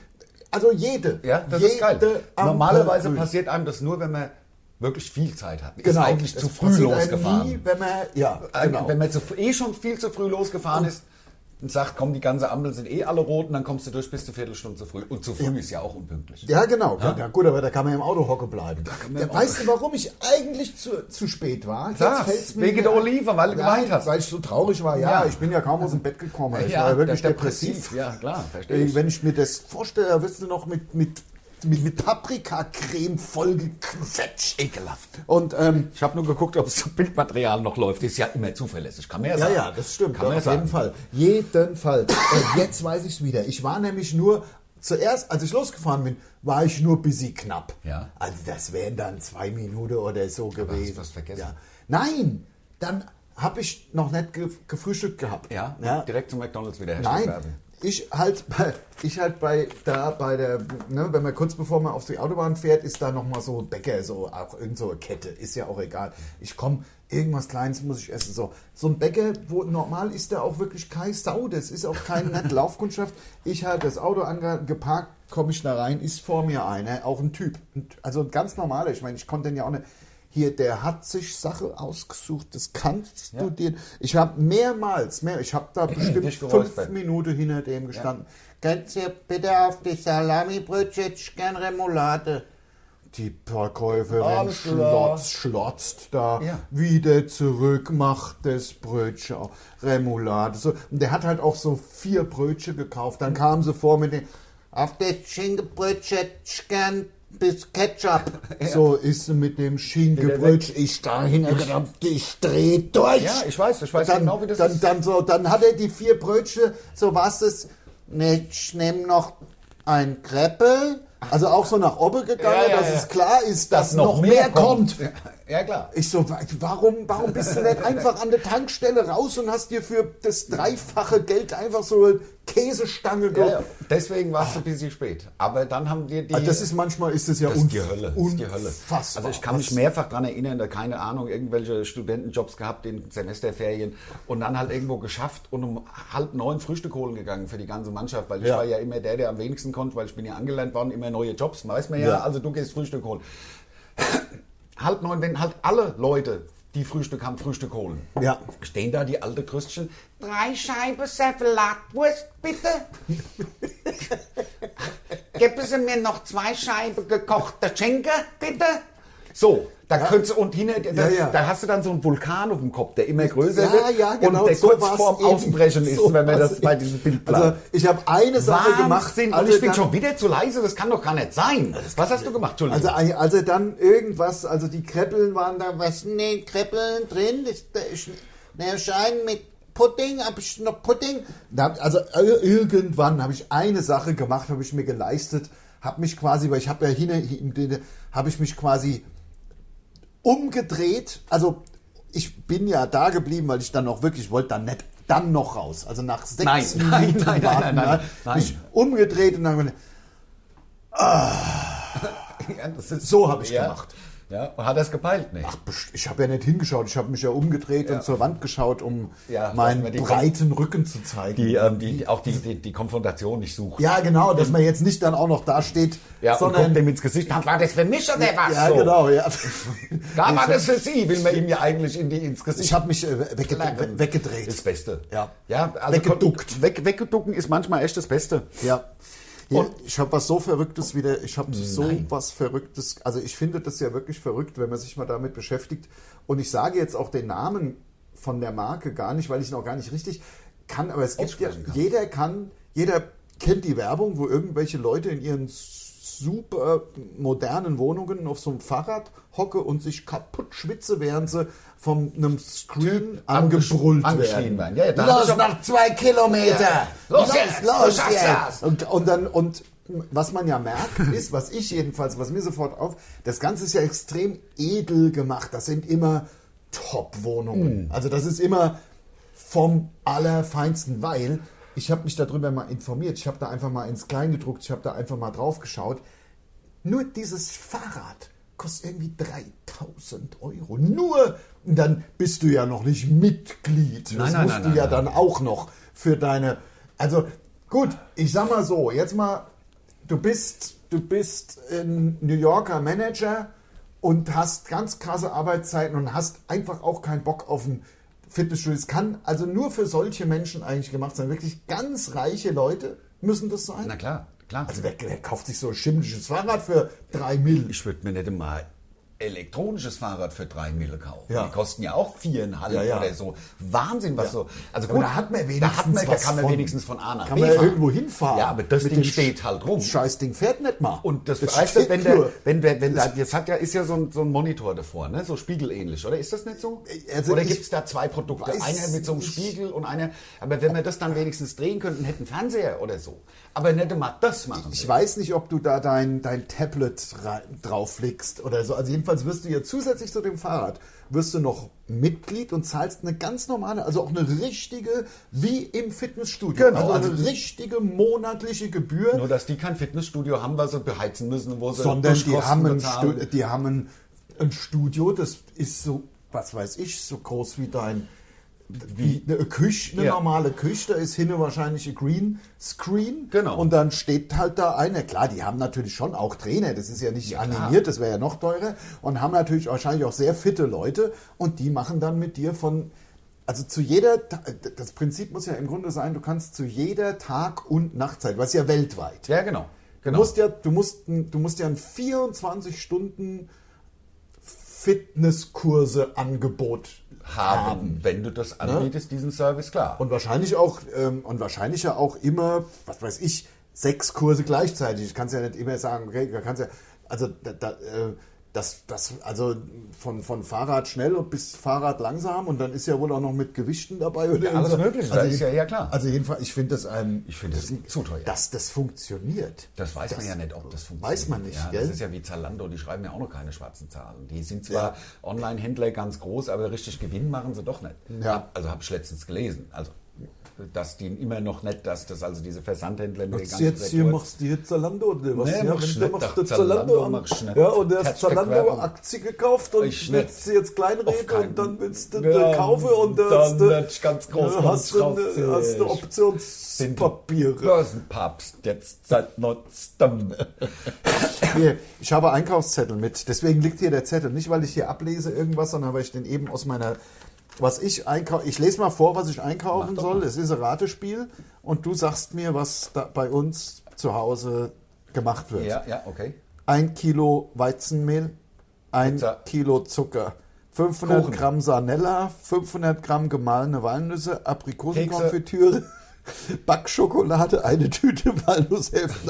Speaker 3: Also jede.
Speaker 2: Ja, das
Speaker 3: jede
Speaker 2: ist geil.
Speaker 3: Ampel
Speaker 2: Normalerweise
Speaker 3: grün.
Speaker 2: passiert einem das nur, wenn man wirklich viel Zeit hat.
Speaker 3: genau.
Speaker 2: Ist eigentlich
Speaker 3: Es
Speaker 2: zu früh
Speaker 3: passiert einem
Speaker 2: losgefahren.
Speaker 3: Nie, wenn man, ja,
Speaker 2: Äh,
Speaker 3: genau.
Speaker 2: Wenn man zu, eh schon viel zu früh losgefahren ist und sagt, komm, die ganze Ampel sind eh alle rot und dann kommst du durch bis zu Viertelstunde zu früh. Und zu früh ist ja auch unpünktlich.
Speaker 3: ja, genau. Ja? gut, aber da kann man im Auto hocke bleiben. Da weißt du, warum ich eigentlich zu, zu spät war?
Speaker 2: Das,
Speaker 3: fällt's
Speaker 2: wegen
Speaker 3: wieder
Speaker 2: der
Speaker 3: ein.
Speaker 2: Olive, weil du
Speaker 3: Nein,
Speaker 2: geweint hast.
Speaker 3: Weil ich so traurig war. Ja,
Speaker 2: Ja.
Speaker 3: ich bin ja kaum aus dem Bett gekommen. Ich
Speaker 2: Ja,
Speaker 3: war ja wirklich
Speaker 2: der-
Speaker 3: depressiv.
Speaker 2: depressiv. Ja, klar, verstehe
Speaker 3: Äh,
Speaker 2: ich.
Speaker 3: Wenn ich mir das vorstelle, wirst du noch mit, mit, mit, mit Paprikacreme vollgequetscht. Ekelhaft. Und ähm,
Speaker 2: Ich habe nur geguckt, ob das Bildmaterial noch läuft. Ist ja immer zuverlässig. Kann man ja
Speaker 3: Ja,
Speaker 2: sagen.
Speaker 3: ja, das stimmt.
Speaker 2: Kann man ja
Speaker 3: auf
Speaker 2: sagen.
Speaker 3: jeden Fall. Jedenfalls. Und jetzt weiß ich es wieder. Ich war nämlich nur zuerst, als ich losgefahren bin, war ich nur busy knapp.
Speaker 2: Ja.
Speaker 3: Also das wären dann zwei Minuten oder so gewesen.
Speaker 2: hast du was vergessen?
Speaker 3: Ja. Nein, dann habe ich noch nicht ge gefrühstückt gehabt.
Speaker 2: Ja,
Speaker 3: ja.
Speaker 2: direkt zu McDonalds wieder herstellen
Speaker 3: Nein,
Speaker 2: werden.
Speaker 3: ich halt, bei- ich halt bei da bei der, ne, wenn man kurz bevor man auf die Autobahn fährt, ist da noch mal so ein Bäcker, so auch irgend so eine Kette, ist ja auch egal. Ich komme, irgendwas Kleines muss ich essen. So, so ein Bäcker, wo normal ist da auch wirklich keine Sau, das ist auch keine nette Laufkundschaft. Ich halt das Auto ange- geparkt, komme ich da rein, ist vor mir einer, auch ein Typ, Ein- also ein ganz normaler. Ich meine, ich konnte den ja auch nicht. Hier, der hat sich Sache ausgesucht, das kannst du dir. Ich habe mehrmals, mehr, ich habe da bestimmt
Speaker 2: Dich
Speaker 3: fünf
Speaker 2: geräuspert.
Speaker 3: Minute hinter dem gestanden. Kannst du bitte auf die Salami-Brötchen gern Remoulade? Die Verkäuferin
Speaker 2: Alles klar.
Speaker 3: schlotzt, schlotzt da
Speaker 2: Ja.
Speaker 3: wieder zurück, macht das Brötchen auf, Remoulade. So. Und der hat halt auch so vier Brötchen gekauft. Dann kamen sie vor mit den auf das Schinkenbrötchen gern bis Ketchup. (laughs) So ist sie mit dem Schinkenbrötchen. Ich da hingedampft, ich dreh durch.
Speaker 2: Ja, ich weiß, ich weiß
Speaker 3: dann,
Speaker 2: genau, wie das
Speaker 3: dann,
Speaker 2: ist.
Speaker 3: Dann, so, dann hat er die vier Brötchen, so was ist, ne, ich nehme noch ein Kreppel. Also auch so nach oben gegangen,
Speaker 2: Ja, ja,
Speaker 3: dass
Speaker 2: ja.
Speaker 3: es klar ist, dass, noch, mehr, kommt.
Speaker 2: Ja, ja, klar.
Speaker 3: Ich so, wa- warum, warum bist du nicht einfach an der Tankstelle raus und hast dir für das dreifache Geld einfach so eine Käsestange
Speaker 2: Ja,
Speaker 3: geholt?
Speaker 2: ja. Deswegen warst du ein bisschen spät. Aber dann haben wir die.
Speaker 3: Also das ist manchmal ist es ja
Speaker 2: Das
Speaker 3: un-
Speaker 2: ist die Hölle. Das ist die Hölle.
Speaker 3: Unfassbar.
Speaker 2: Also ich kann mich mehrfach daran erinnern, da keine Ahnung, irgendwelche Studentenjobs gehabt in Semesterferien und dann halt irgendwo geschafft und um halb neun Frühstück holen gegangen für die ganze Mannschaft, weil ich
Speaker 3: Ja.
Speaker 2: war ja immer der, der am wenigsten konnte, weil ich bin ja angelernt worden, immer neue Jobs, weiß man ja,
Speaker 3: Ja.
Speaker 2: also du gehst Frühstück holen. (coughs) halb neun, wenn halt alle Leute, die Frühstück haben, Frühstück holen.
Speaker 3: Ja.
Speaker 2: Stehen da die alte Christchen,
Speaker 4: Drei Scheiben Servelatwurst, bitte. Geben Sie mir noch zwei Scheiben gekochter Schenke, bitte.
Speaker 2: So, da könntest du, und hinter, da,
Speaker 3: Ja, ja.
Speaker 2: da hast du dann so einen Vulkan auf dem Kopf, der immer größer
Speaker 3: Ja,
Speaker 2: wird
Speaker 3: ja, genau.
Speaker 2: und der
Speaker 3: so
Speaker 2: kurz
Speaker 3: war's
Speaker 2: vorm
Speaker 3: eben. (laughs)
Speaker 2: Ausbrechen ist,
Speaker 3: So
Speaker 2: wenn man das
Speaker 3: war's
Speaker 2: bei
Speaker 3: eben.
Speaker 2: diesem Bild
Speaker 3: Also
Speaker 2: bleibt.
Speaker 3: ich habe eine Sache gemacht. Also
Speaker 2: Wahnsinn, und
Speaker 3: als
Speaker 2: ich
Speaker 3: er
Speaker 2: bin
Speaker 3: dann-
Speaker 2: schon wieder zu leise, das kann doch gar nicht sein. Was hast du gemacht,
Speaker 3: Also
Speaker 2: Entschuldigung?
Speaker 3: ei- als er dann irgendwas, also die Kreppeln waren da, was in den Kreppeln drin? Das, da ist ne Schein mit Pudding, hab ich noch Pudding? Da, hab- also ir- irgendwann habe ich eine Sache gemacht, habe ich mir geleistet, habe mich quasi, weil ich habe ja hin, hin habe ich mich quasi umgedreht. Also ich bin ja da geblieben, weil ich dann auch wirklich wollte dann nicht dann noch raus. Also nach sechs
Speaker 2: Nein,
Speaker 3: Minuten
Speaker 2: (laughs) nein, nein, nein, nein,
Speaker 3: warten,
Speaker 2: nein,
Speaker 3: ne,
Speaker 2: nein.
Speaker 3: bin ich umgedreht und dann hab ich gedacht,
Speaker 2: Ja, das ist
Speaker 3: so habe ich
Speaker 2: ja.
Speaker 3: gemacht.
Speaker 2: Ja, und hat das gepeilt nicht.
Speaker 3: Ach, best- ich habe ja nicht hingeschaut, ich habe mich ja umgedreht und zur Wand geschaut, um
Speaker 2: Ja, dass
Speaker 3: meinen
Speaker 2: man die-
Speaker 3: breiten Rücken zu zeigen.
Speaker 2: die, ähm, die, auch die, die, die Konfrontation nicht sucht.
Speaker 3: ja, genau, dass man jetzt nicht dann auch noch dasteht,
Speaker 2: Ja, und
Speaker 3: sondern
Speaker 2: guckt dem ins Gesicht. War das für mich oder was?
Speaker 3: ja,
Speaker 2: so?
Speaker 3: genau, ja.
Speaker 2: Da war das für Sie, will man ihm ja eigentlich in die, ins Gesicht.
Speaker 3: Ich habe mich äh, wegged- we- weggedreht.
Speaker 2: Das Beste.
Speaker 3: Ja.
Speaker 2: ja also
Speaker 3: Weggeduckt.
Speaker 2: Weg, weggeducken ist manchmal echt das Beste.
Speaker 3: Ja. Hier,
Speaker 2: Und-
Speaker 3: ich habe was so Verrücktes wieder, ich habe so was Verrücktes, also ich finde das ja wirklich verrückt, wenn man sich mal damit beschäftigt. Und ich sage jetzt auch den Namen von der Marke gar nicht, weil ich ihn auch gar nicht richtig kann, aber es gibt ja,
Speaker 2: Aussprechen kann.
Speaker 3: jeder kann, jeder kennt die Werbung, wo irgendwelche Leute in ihren super modernen Wohnungen auf so einem Fahrrad hocke und sich kaputt schwitze, während sie von einem Screen angebrüllt
Speaker 2: angeschrien werden.
Speaker 3: werden.
Speaker 2: Ja, ja, da hab ich aber-
Speaker 3: zwei Kilometer!
Speaker 2: Ja.
Speaker 3: Los,
Speaker 2: Los
Speaker 3: jetzt,
Speaker 2: jetzt,
Speaker 3: los
Speaker 2: du schaffst
Speaker 3: jetzt.
Speaker 2: das.
Speaker 3: Und, und dann, und was man ja merkt, (laughs) ist, was ich jedenfalls, was mir sofort auf, das Ganze ist ja extrem edel gemacht. Das sind immer Top-Wohnungen.
Speaker 2: Mhm.
Speaker 3: Also das ist immer vom Allerfeinsten, weil ich habe mich darüber mal informiert. Ich habe da einfach mal ins Kleingedruckte, ich habe da einfach mal drauf geschaut. Nur dieses Fahrrad kostet irgendwie 3000 Euro. Nur, und dann bist du ja noch nicht Mitglied. das
Speaker 2: nein,
Speaker 3: musst
Speaker 2: nein,
Speaker 3: du
Speaker 2: nein,
Speaker 3: ja
Speaker 2: nein.
Speaker 3: dann auch noch für deine. Also gut, ich sag mal so, jetzt mal, du bist, du bist ein New Yorker Manager und hast ganz krasse Arbeitszeiten und hast einfach auch keinen Bock auf ein Fitnessstudio. Es kann also nur für solche Menschen eigentlich gemacht sein. Wirklich ganz reiche Leute müssen das sein.
Speaker 2: Na klar, klar.
Speaker 3: Also wer, wer kauft sich so ein schimmlisches Fahrrad für 3 Mill?
Speaker 2: ich würde mir nicht mal elektronisches Fahrrad für drei Mille kaufen.
Speaker 3: Ja.
Speaker 2: Die kosten ja auch viereinhalb
Speaker 3: Ja, ja.
Speaker 2: oder so. Wahnsinn, was so. Also
Speaker 3: Aber da hat man
Speaker 2: da hat
Speaker 3: wenigstens
Speaker 2: man, da
Speaker 3: was
Speaker 2: kann man
Speaker 3: von.
Speaker 2: wenigstens von A nach
Speaker 3: Kann
Speaker 2: B
Speaker 3: man ja
Speaker 2: fahren.
Speaker 3: irgendwo hinfahren.
Speaker 2: Ja, aber das
Speaker 3: Mit
Speaker 2: Ding
Speaker 3: dem Sch-
Speaker 2: steht halt rum.
Speaker 3: Scheiß Ding fährt nicht mal.
Speaker 2: Und das,
Speaker 3: Das
Speaker 2: weißt du,
Speaker 3: steht
Speaker 2: wenn der,
Speaker 3: nur.
Speaker 2: wenn der, wenn der, jetzt hat ja, ist ja so ein, so ein Monitor davor, ne? So spiegelähnlich, oder? Ist das nicht so?
Speaker 3: Also
Speaker 2: oder
Speaker 3: ich
Speaker 2: gibt es da zwei Produkte?
Speaker 3: weiß
Speaker 2: Einer mit so einem
Speaker 3: nicht.
Speaker 2: Spiegel und einer. Aber wenn wir das dann wenigstens drehen könnten, hätten Fernseher oder so. Aber nicht mal das machen.
Speaker 3: Ich weiß nicht, ob du da dein, dein Tablet rein- drauflegst oder so. Also jedenfalls wirst du ja zusätzlich zu dem Fahrrad, wirst du noch Mitglied und zahlst eine ganz normale, also auch eine richtige, wie im Fitnessstudio.
Speaker 2: Genau,
Speaker 3: Also eine
Speaker 2: also-
Speaker 3: richtige monatliche Gebühr.
Speaker 2: Nur, dass die kein Fitnessstudio haben, was sie beheizen müssen, wo sie
Speaker 3: sondern die
Speaker 2: Duschkosten
Speaker 3: haben, ein
Speaker 2: bezahlen.
Speaker 3: Stu- die haben ein, ein Studio, das ist so, was weiß ich, so groß wie dein wie eine Küche, eine
Speaker 2: Ja.
Speaker 3: normale Küche, da ist hinten wahrscheinlich ein Green Screen.
Speaker 2: Genau.
Speaker 3: Und dann steht halt da einer. Klar, die haben natürlich schon auch Trainer, das ist ja nicht animiert, das wäre ja noch teurer. Und haben natürlich wahrscheinlich auch sehr fitte Leute und die machen dann mit dir von. Also zu jeder, Ta- das Prinzip muss ja im Grunde sein, du kannst zu jeder Tag- und Nachtzeit, was ja weltweit.
Speaker 2: Ja, genau. genau.
Speaker 3: Du musst ja, du musst, ein- du musst ja ein 24 Stunden Fitnesskurse Angebot
Speaker 2: haben, Ne?
Speaker 3: haben.
Speaker 2: wenn du das anbietest, diesen Service, klar.
Speaker 3: Und wahrscheinlich auch, ähm, und wahrscheinlich ja auch immer, was weiß ich, sechs Kurse gleichzeitig. Ich kann es ja nicht immer sagen, okay, da kannst ja, also da, da, äh, das, das, also von, von Fahrrad schnell und bis Fahrrad langsam und dann ist ja wohl auch noch mit Gewichten dabei oder
Speaker 2: Ja, alles
Speaker 3: irgend so.
Speaker 2: Mögliche, das ist ja- ja klar.
Speaker 3: Also jedenfalls, ich finde das ein,
Speaker 2: ich finde das zu teuer.
Speaker 3: dass das funktioniert.
Speaker 2: Das weiß man ja nicht, ob das funktioniert.
Speaker 3: Weiß man nicht,
Speaker 2: Ja,
Speaker 3: gell?
Speaker 2: das ist ja wie Zalando, die schreiben ja auch noch keine schwarzen Zahlen. Die sind zwar Online-Händler ganz groß, aber richtig Gewinn machen sie doch nicht.
Speaker 3: Ja.
Speaker 2: Also habe ich letztens gelesen. Also, dass die immer noch nicht, dass das also diese Versandhändler mit der
Speaker 3: Jetzt,
Speaker 2: ganzen
Speaker 3: jetzt hier
Speaker 2: Sektor-
Speaker 3: machst du hier Zalando oder was?
Speaker 2: Nee,
Speaker 3: ja,
Speaker 2: machst
Speaker 3: wenn du
Speaker 2: nicht,
Speaker 3: machst
Speaker 2: doch,
Speaker 3: du Zalando
Speaker 2: Zalando
Speaker 3: an.
Speaker 2: machst nicht.
Speaker 3: Ja, und du hast
Speaker 2: Herz
Speaker 3: Zalando
Speaker 2: verqueren.
Speaker 3: Aktie gekauft und
Speaker 2: Ich
Speaker 3: willst
Speaker 2: nicht.
Speaker 3: sie jetzt
Speaker 2: Auf
Speaker 3: kleinreden
Speaker 2: keinen-
Speaker 3: und dann willst du
Speaker 2: Ja,
Speaker 3: ja, kaufen und
Speaker 2: dann
Speaker 3: hast du
Speaker 2: werd ich ganz groß,
Speaker 3: Ja, hast,
Speaker 2: ganz
Speaker 3: du
Speaker 2: raus,
Speaker 3: eine, hast du
Speaker 2: ich bin
Speaker 3: Optionspapiere.
Speaker 2: Börsenpapst, jetzt seit Notstamm.
Speaker 3: Hier, ich habe Einkaufszettel mit, deswegen liegt hier der Zettel. Nicht, weil ich hier ablese irgendwas, sondern weil ich den eben aus meiner. Was ich einkaufe. Ich lese mal vor, was ich einkaufen
Speaker 2: Mach doch
Speaker 3: soll.
Speaker 2: mal.
Speaker 3: Es ist ein Ratespiel und du sagst mir, was da bei uns zu Hause gemacht wird.
Speaker 2: ja, ja, okay.
Speaker 3: ein Kilo Weizenmehl, ein
Speaker 2: Pizza.
Speaker 3: Kilo Zucker, 500
Speaker 2: Kuchen.
Speaker 3: Gramm Sanella, 500 Gramm gemahlene Walnüsse, Aprikosenkonfitüre, (laughs) Backschokolade, eine Tüte Walnusshälften,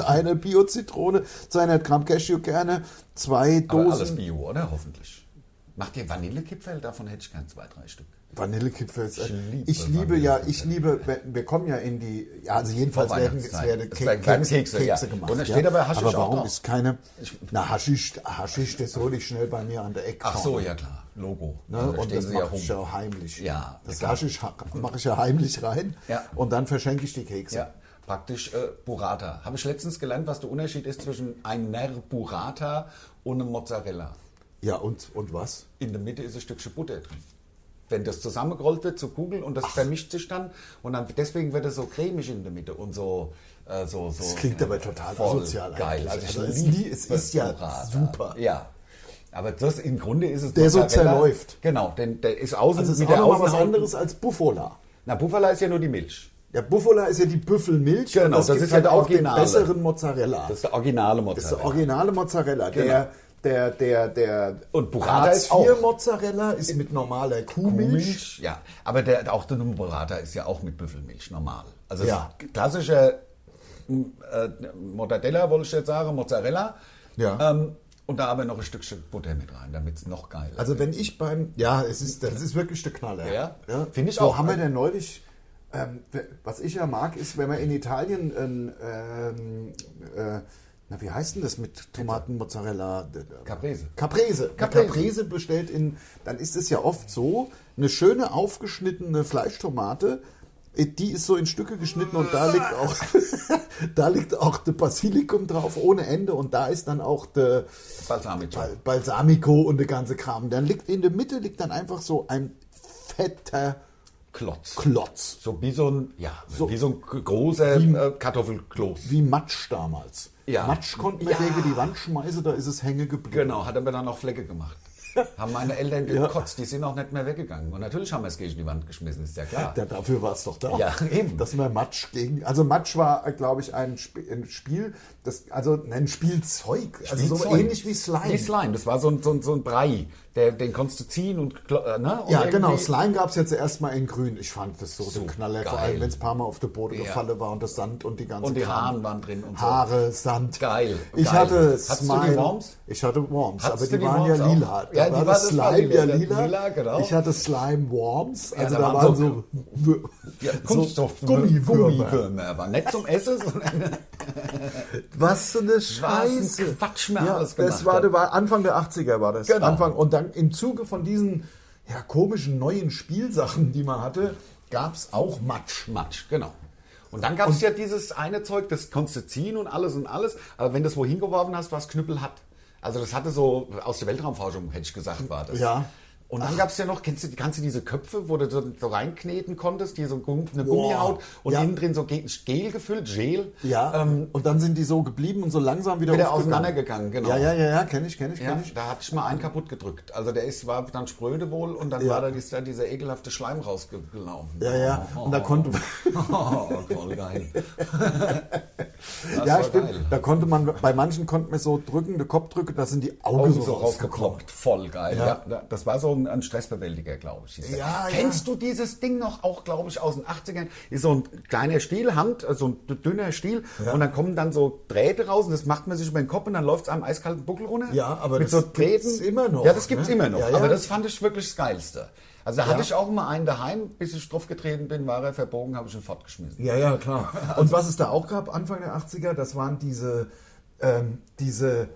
Speaker 2: (laughs)
Speaker 3: eine Bio-Zitrone, 200 Gramm Cashewkerne, zwei
Speaker 2: Aber alles
Speaker 3: Dosen.
Speaker 2: Bio, oder? Hoffentlich. Macht ihr Vanillekipferl? Davon hätte ich gern zwei, drei Stück.
Speaker 3: Vanillekipferl. Ich liebe,
Speaker 2: liebe
Speaker 3: ich liebe ja, ich liebe, wir- wir kommen ja in die, ja, also jedenfalls
Speaker 2: Vor
Speaker 3: werden, es
Speaker 2: Weihnachtszeit.
Speaker 3: werden
Speaker 2: Es
Speaker 3: Ke-
Speaker 2: werden kleine
Speaker 3: Kekse, Kekse,
Speaker 2: Kekse, ja.
Speaker 3: gemacht.
Speaker 2: Und da steht aber Haschisch
Speaker 3: aber
Speaker 2: auch
Speaker 3: warum
Speaker 2: drauf.
Speaker 3: ist keine, na Haschisch, Haschisch, das hole ich schnell bei mir an der Ecke.
Speaker 2: Ach so,
Speaker 3: vorne.
Speaker 2: ja klar. Logo.
Speaker 3: Ne?
Speaker 2: Also da
Speaker 3: und
Speaker 2: stehen
Speaker 3: das
Speaker 2: sie ja
Speaker 3: mache
Speaker 2: rum.
Speaker 3: ich ja heimlich.
Speaker 2: Ja,
Speaker 3: das
Speaker 2: klar.
Speaker 3: Haschisch ha- mache ich ja heimlich rein
Speaker 2: Ja.
Speaker 3: und dann verschenke ich die Kekse.
Speaker 2: Ja, praktisch äh, Burrata. Habe ich letztens gelernt, was der Unterschied ist zwischen einer Burrata und einem Mozzarella.
Speaker 3: Ja, und, und was?
Speaker 2: In der Mitte ist ein Stückchen Butter drin. Wenn das zusammengerollt wird zur Kugel und das vermischt sich dann und dann deswegen wird es so cremig in der Mitte und so äh, so so.
Speaker 3: Das klingt aber total
Speaker 2: voll
Speaker 3: asozial
Speaker 2: geil.
Speaker 3: eigentlich.
Speaker 2: ich
Speaker 3: Also es
Speaker 2: liebe
Speaker 3: li- es ist ja
Speaker 2: Burrata.
Speaker 3: super.
Speaker 2: Ja. Aber das im Grunde ist es
Speaker 3: Der so
Speaker 2: Mozzarella.
Speaker 3: zerläuft.
Speaker 2: Genau, denn der ist außen
Speaker 3: Also es
Speaker 2: wie
Speaker 3: ist auch
Speaker 2: der
Speaker 3: noch mal was
Speaker 2: Außenhaut-
Speaker 3: anderes als Buffola.
Speaker 2: Na, Buffala ist ja nur die Milch.
Speaker 3: Ja, Buffola ist ja die Büffelmilch.
Speaker 2: Genau,
Speaker 3: und
Speaker 2: das
Speaker 3: gibt halt
Speaker 2: ist ja der
Speaker 3: auch den
Speaker 2: Originale.
Speaker 3: besseren Mozzarella.
Speaker 2: Das ist der originale
Speaker 3: Das ist der
Speaker 2: Mozzarella.
Speaker 3: originale Mozzarella. Der, der, der, der
Speaker 2: Und Burrata
Speaker 3: Hartz
Speaker 2: ist auch-
Speaker 3: IV Mozzarella ist mit normaler Kuhmilch.
Speaker 2: Milch, ja. Aber der, auch der Nummerata ist ja auch mit Büffelmilch normal. Also
Speaker 3: Ja.
Speaker 2: das klassische m, äh, Mortadella, wollte ich jetzt sagen, Mozzarella.
Speaker 3: Ja.
Speaker 2: Ähm, und da aber noch ein Stückchen Butter mit rein, damit es noch geiler
Speaker 3: Also wenn ich beim... Ja, es ist, das ist wirklich der Knaller.
Speaker 2: Ja, finde ich
Speaker 3: Wo
Speaker 2: auch.
Speaker 3: haben wir denn neulich... Ähm, was ich ja mag, ist, wenn man in Italien... Ähm, ähm, äh, na, wie heißt denn das mit Tomaten, Mozzarella?
Speaker 2: Caprese.
Speaker 3: Caprese. Eine
Speaker 2: Caprese.
Speaker 3: Caprese bestellt in, dann ist es ja oft so, eine schöne aufgeschnittene Fleischtomate, äh, die ist so in Stücke geschnitten und da liegt auch, (laughs) da liegt auch der Basilikum drauf ohne Ende und da ist dann auch der
Speaker 2: Balsamico.
Speaker 3: Bal Balsamico und der ganze Kram. Dann liegt in der Mitte liegt dann einfach so ein fetter
Speaker 2: Klotz.
Speaker 3: Klotz,
Speaker 2: So wie so ein, ja,
Speaker 3: So-
Speaker 2: wie so ein k- großer äh, Kartoffelkloß.
Speaker 3: wie Matsch damals.
Speaker 2: Ja.
Speaker 3: Matsch konnte man
Speaker 2: Ja.
Speaker 3: gegen die Wand schmeißen, da ist es hängen geblieben.
Speaker 2: Genau, hat aber dann auch Flecke gemacht. haben meine
Speaker 3: (laughs)
Speaker 2: Eltern gekotzt, die sind auch nicht mehr weggegangen. Und natürlich haben wir es gegen die Wand geschmissen, ist ja klar.
Speaker 3: Ja, dafür war es doch da.
Speaker 2: Ja, eben.
Speaker 3: Dass man Matsch gegen. Also Matsch war, glaube ich, ein, Sp ein Spiel, das, also ein Spielzeug. Also so
Speaker 2: Spielzeug.
Speaker 3: ähnlich wie Slime.
Speaker 2: Wie Slime, das war so ein, so ein, so ein Brei, der, den konntest du ziehen und... klo- äh, Ne? und
Speaker 3: Ja, genau.
Speaker 2: irgendwie-
Speaker 3: Slime gab es jetzt erstmal in grün. Ich fand das so, so
Speaker 2: So
Speaker 3: Knaller, vor
Speaker 2: geil.
Speaker 3: allem wenn es ein paar Mal auf der Boden
Speaker 2: Ja.
Speaker 3: gefallen war und das Sand und die ganze
Speaker 2: Und die
Speaker 3: Kram.
Speaker 2: Haaren waren drin und so.
Speaker 3: Haare, Sand.
Speaker 2: Geil,
Speaker 3: Ich
Speaker 2: geil.
Speaker 3: hatte
Speaker 2: Hattest du die
Speaker 3: Smile.
Speaker 2: Worms?
Speaker 3: Ich hatte Worms,
Speaker 2: Hattest
Speaker 3: aber
Speaker 2: du
Speaker 3: die,
Speaker 2: die
Speaker 3: waren ja
Speaker 2: Worms auch?
Speaker 3: lila. Da
Speaker 2: Ja, die
Speaker 3: war
Speaker 2: war-
Speaker 3: das
Speaker 2: das war
Speaker 3: Slime ja
Speaker 2: lila, das
Speaker 3: lila.
Speaker 2: lila, genau.
Speaker 3: Ich hatte Slime Worms. Also
Speaker 2: da
Speaker 3: da
Speaker 2: waren
Speaker 3: waren so,
Speaker 2: so- Ja, Kunststoff
Speaker 3: so Gummiwürmer.
Speaker 2: War nicht zum Essen, (laughs) sondern
Speaker 3: Was für eine
Speaker 2: Was
Speaker 3: Scheiße.
Speaker 2: ein Quatsch mir
Speaker 3: ja,
Speaker 2: alles
Speaker 3: das
Speaker 2: gemacht
Speaker 3: war,
Speaker 2: hat.
Speaker 3: der- war Anfang der 80er war das.
Speaker 2: Genau.
Speaker 3: Anfang, und dann im Zuge von diesen ja, komischen neuen Spielsachen, die man hatte, gab es auch Matsch.
Speaker 2: Matsch, genau. Und dann gab es ja dieses eine Zeug, das konntest du ziehen und alles und alles, aber wenn du es wohin geworfen hast, was Knüppel hat. Also das hatte so, aus der Weltraumforschung hätte ich gesagt, war das.
Speaker 3: Ja.
Speaker 2: Und dann gab es ja noch, kennst du, kannst du diese Köpfe, wo du so, so reinkneten konntest, die so Gum- eine
Speaker 3: Boah.
Speaker 2: Gummihaut und
Speaker 3: Ja.
Speaker 2: innen drin so Ge- Gel gefüllt, Gel.
Speaker 3: Ja,
Speaker 2: Ähm,
Speaker 3: und dann sind die so geblieben und so langsam wieder,
Speaker 2: Wieder
Speaker 3: aufgegangen.
Speaker 2: auseinandergegangen, genau.
Speaker 3: Ja, ja, ja, ja, kenne ich, kenne ich,
Speaker 2: Ja,
Speaker 3: kenne ich.
Speaker 2: da hatte ich mal einen kaputt gedrückt. Also der ist, war dann spröde wohl und dann
Speaker 3: Ja.
Speaker 2: war da, ist da dieser ekelhafte Schleim rausgelaufen.
Speaker 3: Ja, ja,
Speaker 2: Oh,
Speaker 3: und da konnte man,
Speaker 2: (laughs) Oh, voll geil.
Speaker 3: (laughs)
Speaker 2: Das
Speaker 3: ja,
Speaker 2: war
Speaker 3: stimmt,
Speaker 2: geil.
Speaker 3: da konnte man, bei manchen konnte man so drücken, der Kopf drücken, da sind die Augen,
Speaker 2: Augen
Speaker 3: so
Speaker 2: so
Speaker 3: rausgekommen.
Speaker 2: rausgeploppt, voll geil.
Speaker 3: Ja.
Speaker 2: Ja. das war so ein, ein Stressbewältiger, glaube ich. hieß der.
Speaker 3: Ja, ja.
Speaker 2: Kennst du dieses Ding noch auch, glaube ich, aus den 80ern? Ist so ein kleiner Stiel, Hand, äh, so ein dünner Stiel und dann kommen dann so Drähte raus und das macht man sich über den Kopf und dann läuft es einem eiskalten Buckel runter.
Speaker 3: Ja, aber
Speaker 2: Mit
Speaker 3: das
Speaker 2: so Drähten.
Speaker 3: gibt's immer noch,
Speaker 2: Ja, das gibt's
Speaker 3: ne?
Speaker 2: immer noch.
Speaker 3: Ja, ja.
Speaker 2: Aber das fand ich wirklich das Geilste. Also da
Speaker 3: Ja.
Speaker 2: hatte ich auch mal einen daheim, bis ich draufgetreten bin, war er verbogen, habe ich ihn fortgeschmissen.
Speaker 3: Ja, ja, klar. (laughs) Und was es da auch gab, Anfang der 80er, das waren diese, ähm, diese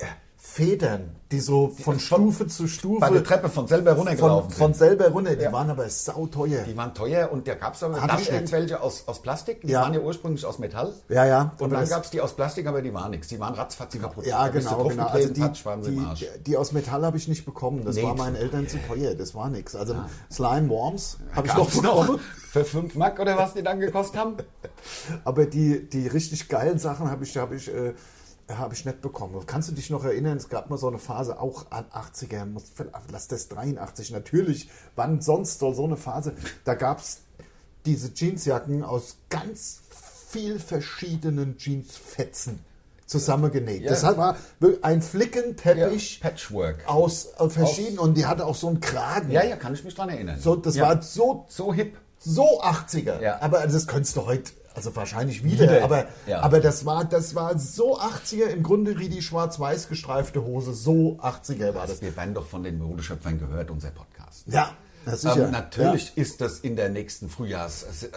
Speaker 3: ja, Federn, die so von Stufe zu Stufe
Speaker 2: Bei der Treppe von selber runtergelaufen
Speaker 3: von,
Speaker 2: sind.
Speaker 3: von selber runter. Die waren aber sauteuer.
Speaker 2: Die waren teuer und da gab es aber
Speaker 3: Hatte
Speaker 2: dann
Speaker 3: ich nicht.
Speaker 2: irgendwelche aus, aus Plastik. Die
Speaker 3: Ja.
Speaker 2: waren ja ursprünglich aus Metall.
Speaker 3: Ja, ja.
Speaker 2: Und
Speaker 3: Aber
Speaker 2: dann
Speaker 3: das-
Speaker 2: gab es die aus Plastik, aber die waren nichts. Die waren ratzfatzi kaputt.
Speaker 3: Ja,
Speaker 2: Da bist du
Speaker 3: genau, genau. Also
Speaker 2: draufgetreten,
Speaker 3: die,
Speaker 2: patsch, waren sie im Arsch.
Speaker 3: (laughs) die, die aus Metall habe ich nicht bekommen. Das
Speaker 2: Nee,
Speaker 3: war meinen
Speaker 2: zu
Speaker 3: Eltern zu teuer. Das war nichts. Also Slime Worms habe ich noch
Speaker 2: Gab's
Speaker 3: bekommen.
Speaker 2: (laughs) Für 5 Mark oder was die dann gekostet haben?
Speaker 3: Aber die, die richtig geilen Sachen habe ich, habe ich, äh, habe ich nicht bekommen. Kannst du dich noch erinnern, es gab mal so eine Phase auch an 80er, muss- lass das 83, natürlich, wann sonst so, so eine Phase, da gab es diese Jeansjacken aus ganz viel verschiedenen Jeansfetzen zusammengenäht.
Speaker 2: Ja.
Speaker 3: Das war wirklich ein Flickenteppich
Speaker 2: Patchwork.
Speaker 3: aus äh, verschiedenen und die hatte auch so einen Kragen.
Speaker 2: Ja, ja, kann ich mich dran erinnern.
Speaker 3: So, das
Speaker 2: ja.
Speaker 3: war so
Speaker 2: so hip.
Speaker 3: so 80er.
Speaker 2: Ja.
Speaker 3: Aber also das könntest du heute, also wahrscheinlich wieder,
Speaker 2: Wieder,
Speaker 3: aber,
Speaker 2: ja.
Speaker 3: aber das, war, das war so 80er, im Grunde wie die schwarz-weiß gestreifte Hose, so 80er war das.
Speaker 2: Wir werden doch von den Modeschöpfern gehört, unser Podcast.
Speaker 3: Ja. Ja, sicher.
Speaker 2: Ähm, natürlich ist das in der nächsten äh,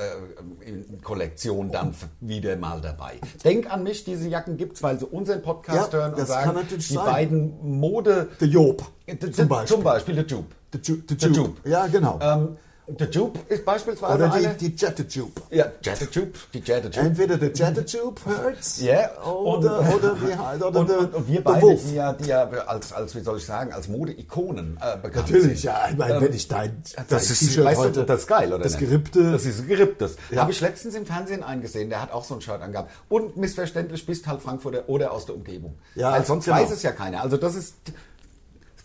Speaker 2: Frühjahrskollektion dann
Speaker 3: Oh.
Speaker 2: f- wieder mal dabei. Denk an mich, diese Jacken gibt's, weil sie unseren Podcast
Speaker 3: Ja,
Speaker 2: hören und
Speaker 3: das
Speaker 2: sagen,
Speaker 3: kann natürlich
Speaker 2: die
Speaker 3: sein.
Speaker 2: beiden Mode...
Speaker 3: Der Job.
Speaker 2: Zum Beispiel. Zum Beispiel der Jupe.
Speaker 3: Der Ju- der
Speaker 2: Der
Speaker 3: Jupe.
Speaker 2: Jupe.
Speaker 3: Ja, genau.
Speaker 2: Ähm, also der Jupe ist beispielsweise
Speaker 3: Oder
Speaker 2: eine...
Speaker 3: die, die Jettetube.
Speaker 2: ja, Jetta Jupe. Die Jetta Jupe.
Speaker 3: Entweder der Jettetube hurts.
Speaker 2: Ja,
Speaker 3: Oder,
Speaker 2: und- (laughs)
Speaker 3: oder, wie, halt- oder
Speaker 2: Und,
Speaker 3: der,
Speaker 2: und, und wir
Speaker 3: der
Speaker 2: beide,
Speaker 3: Wolf.
Speaker 2: die ja, die ja als, als, wie soll ich sagen, als Mode-Ikonen äh, bekannt
Speaker 3: Natürlich,
Speaker 2: sind.
Speaker 3: ja. Ich meine, wenn ich dein, dein
Speaker 2: Ähm, Das ist,
Speaker 3: T-Shirt
Speaker 2: weißt
Speaker 3: heute,
Speaker 2: du, das ist geil, oder?
Speaker 3: Das
Speaker 2: nicht?
Speaker 3: gerippte.
Speaker 2: Das ist ein geripptes. Habe ich letztens im Fernsehen eingesehen, der hat auch so ein Shirt angehabt. Und missverständlich bist halt Frankfurter oder aus der Umgebung.
Speaker 3: Ja,
Speaker 2: Weil sonst
Speaker 3: genau.
Speaker 2: weiß es ja keiner. Also das ist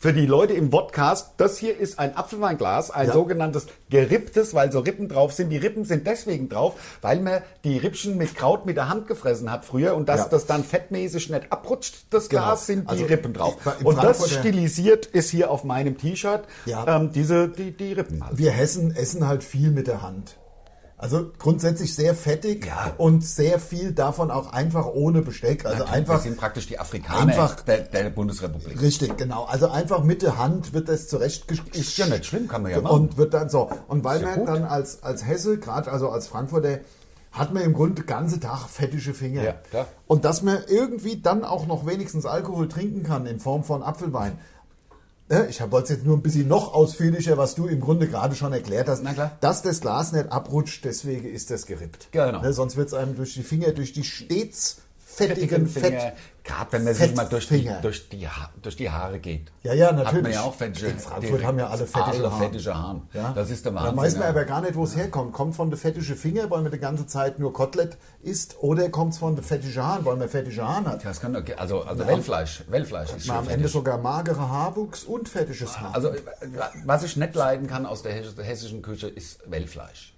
Speaker 2: für die Leute im Podcast, das hier ist ein Apfelweinglas, ein
Speaker 3: Ja.
Speaker 2: sogenanntes geripptes, weil so Rippen drauf sind. Die Rippen sind deswegen drauf, weil man die Rippchen mit Kraut mit der Hand gefressen hat früher und dass
Speaker 3: Ja.
Speaker 2: das dann fettmäßig nicht abrutscht, das
Speaker 3: Genau.
Speaker 2: Glas, sind die
Speaker 3: Also,
Speaker 2: Rippen drauf.
Speaker 3: im
Speaker 2: Und das
Speaker 3: Frankfurter-
Speaker 2: stilisiert ist hier auf meinem T-Shirt
Speaker 3: Ja.
Speaker 2: ähm, diese, die, die Rippen halt.
Speaker 3: wir Hessen essen halt viel mit der Hand. Also grundsätzlich sehr fettig
Speaker 2: Ja.
Speaker 3: und sehr viel davon auch einfach ohne Besteck. Also
Speaker 2: Das
Speaker 3: einfach
Speaker 2: sind praktisch die Afrikaner
Speaker 3: einfach-
Speaker 2: der, der Bundesrepublik.
Speaker 3: richtig, genau. Also einfach mit der Hand wird das zurechtgeschnitten.
Speaker 2: Ist ja nicht schlimm, kann man ja machen.
Speaker 3: Und wird dann so. Und weil
Speaker 2: Ist ja
Speaker 3: man
Speaker 2: gut.
Speaker 3: dann als, als Hesse, gerade also als Frankfurter, hat man im Grunde den ganzen Tag fettische Finger.
Speaker 2: Ja, klar.
Speaker 3: und dass man irgendwie dann auch noch wenigstens Alkohol trinken kann in Form von Apfelwein. Ne, Ich wollte es jetzt nur ein bisschen noch ausführlicher, was du im Grunde gerade schon erklärt hast.
Speaker 2: Na klar.
Speaker 3: Dass das Glas nicht abrutscht, deswegen ist das gerippt.
Speaker 2: Genau.
Speaker 3: Ne, Sonst wird es einem durch die Finger, durch die stets
Speaker 2: Fettigen
Speaker 3: fettigen Fett.
Speaker 2: Finger, gerade wenn man sich mal durch die,
Speaker 3: Fettfinger.
Speaker 2: durch, die ha durch die Haare geht.
Speaker 3: Ja, ja,
Speaker 2: Hat man
Speaker 3: natürlich.
Speaker 2: ja auch fettige
Speaker 3: In Frankfurt
Speaker 2: direkt-
Speaker 3: haben ja alle fettische
Speaker 2: alle
Speaker 3: Haare.
Speaker 2: fettische Haare.
Speaker 3: Ja.
Speaker 2: Das ist der
Speaker 3: Da
Speaker 2: Wahnsinn.
Speaker 3: weiß man
Speaker 2: ja.
Speaker 3: aber gar nicht, wo es herkommt. Kommt von der fettische Finger, weil man die ganze Zeit nur Kotelett isst, oder kommt es von der fettische Hahn, weil man fettische Hahn hat.
Speaker 2: das kann, okay, also, also Wellfleisch, Wellfleisch ist
Speaker 3: Man am
Speaker 2: schon
Speaker 3: Ende
Speaker 2: fettisch.
Speaker 3: sogar magere Haarwuchs und fettisches Haar.
Speaker 2: Also, äh, was ich nicht leiden kann aus der hess- hessischen Küche, ist Wellfleisch.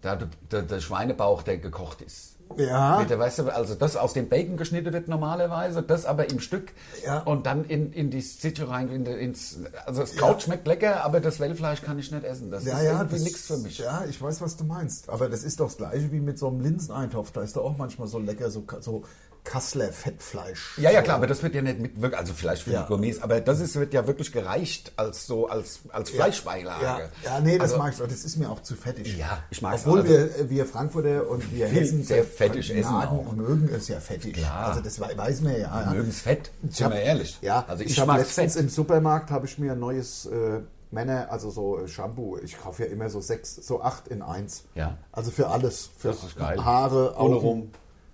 Speaker 2: Da, der, der Schweinebauch, der gekocht ist.
Speaker 3: Ja.
Speaker 2: Mit der, weißt du, also das aus dem Bacon geschnitten wird normalerweise, das aber im Stück
Speaker 3: Ja.
Speaker 2: und dann in, in die Sitio rein, in, der- ins, also das Kraut schmeckt lecker, aber das Wellfleisch kann ich nicht essen. Das
Speaker 3: ja,
Speaker 2: ist
Speaker 3: ja,
Speaker 2: irgendwie
Speaker 3: das-
Speaker 2: nichts für mich.
Speaker 3: Ja, ich weiß, was du meinst. Aber das ist doch das gleiche wie mit so einem Linseneintopf. Da ist doch auch manchmal so lecker, so, so Kassler Fettfleisch.
Speaker 2: Ja, ja, klar, aber das wird ja nicht mitwirken, also vielleicht für
Speaker 3: Ja.
Speaker 2: die Gourmets, aber das ist, wird ja wirklich gereicht als so, als, als Fleischbeilage.
Speaker 3: Ja, ja nee, das
Speaker 2: Also-
Speaker 3: mag ich. auch. Das ist mir auch zu fettig.
Speaker 2: Ja, ich mag's
Speaker 3: Obwohl
Speaker 2: auch.
Speaker 3: wir, äh, wir Frankfurter und wir
Speaker 2: Viel
Speaker 3: Hessen
Speaker 2: sehr fettig essen
Speaker 3: nagen
Speaker 2: auch.
Speaker 3: und mögen es ja fettig.
Speaker 2: Klar.
Speaker 3: Also das wei- weiß man ja. ja.
Speaker 2: mögen es fett, sind
Speaker 3: hab-
Speaker 2: wir ehrlich.
Speaker 3: Ja,
Speaker 2: Also
Speaker 3: ich,
Speaker 2: ich
Speaker 3: habe
Speaker 2: mag
Speaker 3: letztens
Speaker 2: Fett.
Speaker 3: im Supermarkt habe ich mir ein neues äh, Männer, also so äh, Shampoo. Ich kaufe ja immer so sechs, so acht in eins.
Speaker 2: Ja.
Speaker 3: Also für alles. Für
Speaker 2: Das ist geil.
Speaker 3: Haare,
Speaker 2: Ohne
Speaker 3: Augen, Äh,
Speaker 2: rum,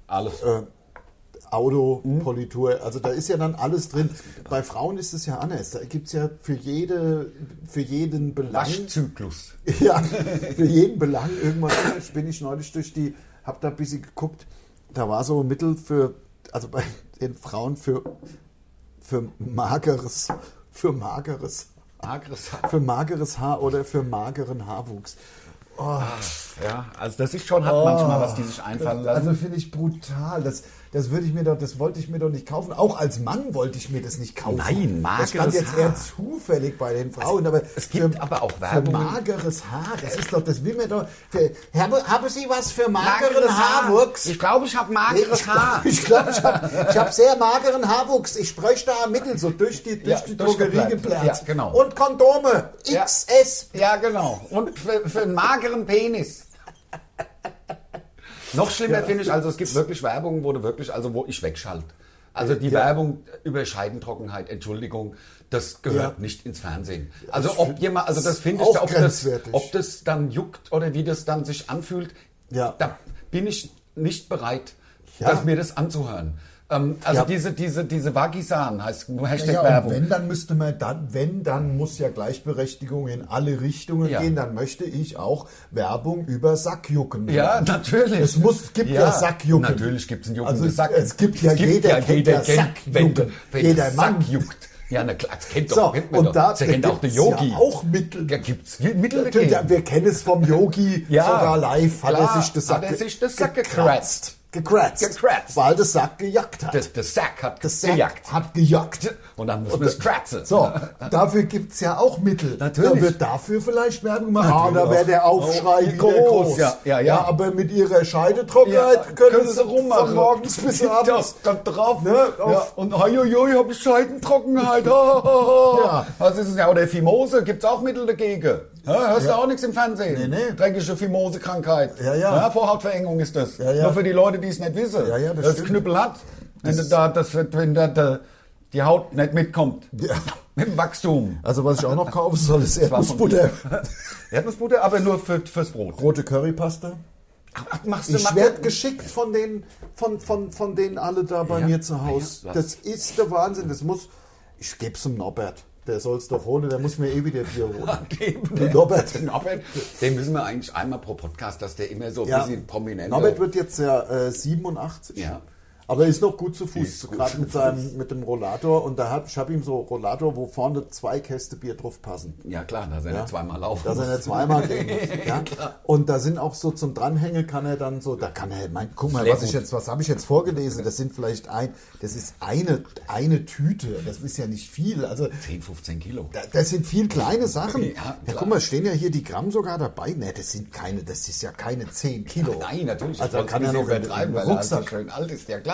Speaker 2: alles.
Speaker 3: Auto,
Speaker 2: Mhm.
Speaker 3: Politur, also da ist ja dann alles drin. Bei Frauen ist es ja anders. Da gibt es ja für, jede, für jeden Belang.
Speaker 2: Waschzyklus.
Speaker 3: Ja, für jeden Belang irgendwas. Ich bin ich neulich durch die, hab da ein bisschen geguckt. Da war so ein Mittel für, also bei den Frauen für, für mageres, für mageres,
Speaker 2: Aggressiv.
Speaker 3: für mageres Haar oder für mageren Haarwuchs. Oh.
Speaker 2: Ja, also das ist schon hart manchmal, was die sich einfallen lassen.
Speaker 3: Also finde ich brutal. Das, das würde ich mir doch, das wollte ich mir doch nicht kaufen. Auch als Mann wollte ich mir das nicht kaufen.
Speaker 2: Nein,
Speaker 3: Das stand
Speaker 2: mageres
Speaker 3: jetzt eher
Speaker 2: Haar.
Speaker 3: zufällig bei den Frauen. aber
Speaker 2: es gibt aber auch
Speaker 3: für
Speaker 2: Werbung.
Speaker 3: mageres Haar. Das ist doch, das will mir doch. Für, habe, habe Sie was für mageren
Speaker 4: Mageres Haar.
Speaker 3: Haarwuchs?
Speaker 4: Ich glaube, ich habe
Speaker 3: Ich
Speaker 4: mageres
Speaker 2: (laughs)
Speaker 3: glaub-
Speaker 4: Haar.
Speaker 3: Ich glaube, ich habe ich hab sehr mageren Haarwuchs. Ich bräuchte da ein Mittel, so durch die, durch
Speaker 2: Ja,
Speaker 3: die
Speaker 2: durchgeplant.
Speaker 3: Drogerie geplant.
Speaker 2: Ja, genau.
Speaker 3: Und Kondome. XS.
Speaker 4: Ja, genau. Und für, für einen mageren Penis.
Speaker 2: Noch schlimmer finde ich, also es gibt wirklich Werbung, wo du wirklich, also wo ich wegschalt. Also die Werbung über Scheidentrockenheit, Entschuldigung, das gehört
Speaker 3: Ja.
Speaker 2: nicht ins Fernsehen. Also ob jemand, also das finde ich,
Speaker 3: auch
Speaker 2: da, ob das,
Speaker 3: grenzwertig.
Speaker 2: ob das dann juckt oder wie das dann sich anfühlt,
Speaker 3: Ja.
Speaker 2: da bin ich nicht bereit,
Speaker 3: Ja.
Speaker 2: dass mir das anzuhören. Ähm, also
Speaker 3: Ja.
Speaker 2: diese, diese, diese Vagisan heißt Hashtag
Speaker 3: Ja, und
Speaker 2: Werbung.
Speaker 3: wenn, dann müsste man dann, wenn, dann muss ja Gleichberechtigung in alle Richtungen
Speaker 2: Ja.
Speaker 3: gehen, dann möchte ich auch Werbung über Sackjucken.
Speaker 2: Ja,
Speaker 3: hören.
Speaker 2: natürlich.
Speaker 3: Es muss, gibt ja, Sackjucken.
Speaker 2: Natürlich gibt es einen juckenden
Speaker 3: also,
Speaker 2: Sack.
Speaker 3: Es gibt ja jeder, kennt ja
Speaker 2: wenn, du-
Speaker 3: Sackjucken.
Speaker 2: wenn
Speaker 3: jeder
Speaker 2: der
Speaker 3: Mann.
Speaker 2: Sack juckt. Ja, na klar, das kennt
Speaker 3: So,
Speaker 2: doch, kennt man
Speaker 3: und
Speaker 2: doch.
Speaker 3: da
Speaker 2: das kennt auch der
Speaker 3: gibt's
Speaker 2: Yogi.
Speaker 3: ja auch Mittel.
Speaker 2: Da gibt's Mittel
Speaker 3: Natürlich,
Speaker 2: dagegen.
Speaker 3: wir kennen es vom Yogi,
Speaker 2: Ja.
Speaker 3: sogar live hat er
Speaker 2: Klar,
Speaker 3: sich das
Speaker 2: hat
Speaker 3: Sack,
Speaker 2: er sich das Sack gekratzt.
Speaker 3: gekratzt.
Speaker 2: Gekratzt.
Speaker 3: Weil das Sack gejagt hat.
Speaker 2: Das, das Sack hat
Speaker 3: das Sack
Speaker 2: gejagt.
Speaker 3: hat gejagt.
Speaker 2: Und dann muss man es kratzen.
Speaker 3: So, dafür gibt es ja auch Mittel.
Speaker 2: Natürlich.
Speaker 3: Da wird dafür vielleicht Werbung gemacht. Ah,
Speaker 2: Natürlich
Speaker 3: da wäre der Aufschrei
Speaker 2: Oh,
Speaker 3: wieder
Speaker 2: groß.
Speaker 3: groß.
Speaker 2: Ja, ja, ja.
Speaker 3: aber mit ihrer Scheidetrockenheit
Speaker 2: Ja,
Speaker 3: können sie rummachen. Von morgens
Speaker 2: (laughs)
Speaker 3: bis
Speaker 2: Ja,
Speaker 3: abends.
Speaker 2: kommt drauf.
Speaker 3: Ne, auf-
Speaker 2: ja. Und hoi, habe ich
Speaker 3: (laughs)
Speaker 2: Scheidentrockenheit.
Speaker 3: Oh,
Speaker 2: Ha, ha, ha.
Speaker 3: Ja.
Speaker 2: Was ist es ja? Oder Fimose, gibt es auch Mittel dagegen. Ja, hörst du auch nichts im Fernsehen?
Speaker 3: Nee, nee.
Speaker 2: Dreckige Fimose-Krankheit.
Speaker 3: Ja, ja.
Speaker 2: Vorhautverengung ist das.
Speaker 3: Ja, ja.
Speaker 2: Nur für die Leute, die es nicht wissen.
Speaker 3: Ja, ja, das stimmt.
Speaker 2: Knüppel hat. Wenn, du da, das, wird- wenn da, da die Haut nicht mitkommt.
Speaker 3: Ja.
Speaker 2: Mit dem Wachstum.
Speaker 3: Also was ich auch noch kaufen soll, ist
Speaker 2: war von
Speaker 3: Erdnussbutter.
Speaker 2: (laughs) Erdnussbutter, aber nur für, fürs Brot.
Speaker 3: Rote Currypaste.
Speaker 2: Ach, machst
Speaker 3: Ich
Speaker 2: mach-
Speaker 3: werde geschickt von den, von, von, von denen alle da bei mir zu Hause.
Speaker 2: Ja,
Speaker 3: das ist der Wahnsinn. Das muss. Ich gebe es dem Norbert. Der soll es doch holen. Der muss mir eh wieder Bier
Speaker 2: (laughs)
Speaker 3: holen.
Speaker 2: geben.
Speaker 3: Den Norbert.
Speaker 2: Den Norbert, den müssen wir eigentlich einmal pro Podcast, dass der immer so ein bisschen prominent
Speaker 3: Norbert wird jetzt ja äh, 87.
Speaker 2: Ja.
Speaker 3: Aber er ist noch gut zu Fuß,
Speaker 2: Ist gut
Speaker 3: gerade
Speaker 2: zu
Speaker 3: mit, seinem- mit dem Rollator. Und da hab, ich habe ihm so Rollator, wo vorne zwei Käste Bier drauf passen.
Speaker 2: Ja klar, dass er
Speaker 3: Ja.
Speaker 2: nicht zweimal laufen
Speaker 3: Dass er
Speaker 2: muss.
Speaker 3: nicht zweimal
Speaker 2: (laughs)
Speaker 3: gehen muss. Ja? Und da sind auch so zum Dranhängen kann er dann so, da kann er, mein, guck mal,
Speaker 2: Sehr
Speaker 3: was, ich
Speaker 2: gut.
Speaker 3: jetzt, was habe ich jetzt vorgelesen? Das sind vielleicht ein, das ist eine, eine Tüte. Das ist ja nicht viel. Also
Speaker 2: 10, 15 Kilo.
Speaker 3: da- das sind viel kleine Sachen.
Speaker 2: Ja,
Speaker 3: Ja,
Speaker 2: klar.
Speaker 3: guck mal, stehen ja hier die Gramm sogar dabei. Ne, das sind keine, das ist ja keine 10 Kilo.
Speaker 2: Nein, natürlich.
Speaker 3: Also da
Speaker 2: wollte
Speaker 3: kann
Speaker 2: es
Speaker 3: er
Speaker 2: ein
Speaker 3: noch
Speaker 2: bisschen übertreiben,
Speaker 3: übertreiben,
Speaker 2: weil er halt so
Speaker 3: Rucksack.
Speaker 2: schön alt ist. Ja klar.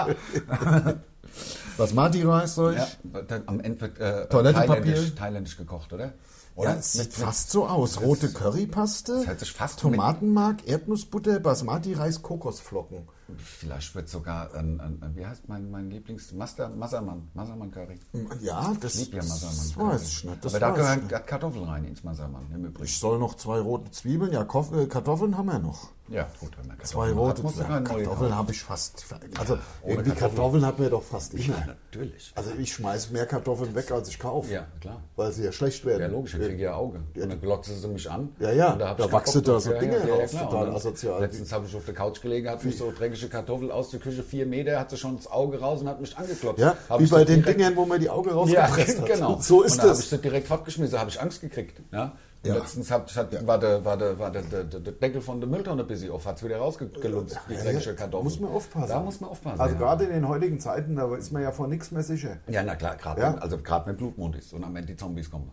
Speaker 3: Was Marty Reis soll ich?
Speaker 2: ja, dann am Ende wird äh,
Speaker 3: Toilettenpapier.
Speaker 2: thailändisch, thailändisch gekocht, oder? Oder?
Speaker 3: Ja, es sieht fast so aus. Rote Currypaste,
Speaker 2: hört sich fast
Speaker 3: Tomatenmark, Erdnussbutter, Basmati-Reis, Kokosflocken.
Speaker 2: Vielleicht wird sogar ein, ein, ein wie heißt mein, mein Lieblings Master Massermann, Massermann Curry.
Speaker 3: Ja, das,
Speaker 2: Lieb ja
Speaker 3: das
Speaker 2: Massermann Curry.
Speaker 3: weiß ich nicht. Das
Speaker 2: Aber da
Speaker 3: weiß ich
Speaker 2: gehören
Speaker 3: nicht.
Speaker 2: Kartoffeln rein ins Massermann im Übrigen.
Speaker 3: Ich soll noch zwei rote Zwiebeln, ja, Koff- äh, Kartoffeln haben wir noch.
Speaker 2: Ja, gut, wenn man Kartoffeln
Speaker 3: Zwei
Speaker 2: hat,
Speaker 3: rote
Speaker 2: musst du
Speaker 3: Zwiebeln.
Speaker 2: keine neue kaufen.
Speaker 3: Kartoffeln habe ich fast. ver- Also
Speaker 2: ohne
Speaker 3: irgendwie
Speaker 2: Kartoffeln.
Speaker 3: Kartoffeln hat mir doch fast immer.
Speaker 2: Natürlich.
Speaker 3: Also ich schmeiß mehr Kartoffeln weg, als ich kaufe.
Speaker 2: Ja, klar.
Speaker 3: Weil sie ja schlecht werden.
Speaker 2: Ja, logisch, ich kriege ja Auge. Und dann glotzen sie mich an.
Speaker 3: Ja, ja,
Speaker 2: Und hab
Speaker 3: da
Speaker 2: ich keinen
Speaker 3: wachsen
Speaker 2: Bock
Speaker 3: da
Speaker 2: drauf.
Speaker 3: so Dinge raus,
Speaker 2: klar.
Speaker 3: total
Speaker 2: Und dann
Speaker 3: asozial.
Speaker 2: Letztens habe ich auf der Couch gelegen, hat mich so dreckige Kartoffel aus der Küche, vier Meter, hatte schon das Auge raus und hat mich angeklotzt.
Speaker 3: Ja,
Speaker 2: Hab
Speaker 3: wie
Speaker 2: ich
Speaker 3: bei
Speaker 2: so
Speaker 3: den
Speaker 2: direkt-
Speaker 3: Dingern, wo man die Augen
Speaker 2: Ja, (laughs)
Speaker 3: rausgepresst hat.
Speaker 2: genau.
Speaker 3: So ist
Speaker 2: und dann habe ich
Speaker 3: das.
Speaker 2: das direkt fortgeschmissen, habe ich Angst gekriegt. Ja? Und
Speaker 3: Ja.
Speaker 2: letztens hat, hat, war, der, war, der, war der, der, der der Deckel von der Mülltonne ein bisschen auf, hat es wieder rausgelunzt, die
Speaker 3: Ja, ja,
Speaker 2: dreckige Kartoffel.
Speaker 3: Muss man aufpassen.
Speaker 2: Da muss man aufpassen.
Speaker 3: Also
Speaker 2: ja.
Speaker 3: gerade in den heutigen Zeiten, da ist man ja vor nichts mehr sicher.
Speaker 2: Ja, na klar, gerade
Speaker 3: Ja.
Speaker 2: wenn- also gerade wenn Blutmond ist und am Ende die Zombies kommen.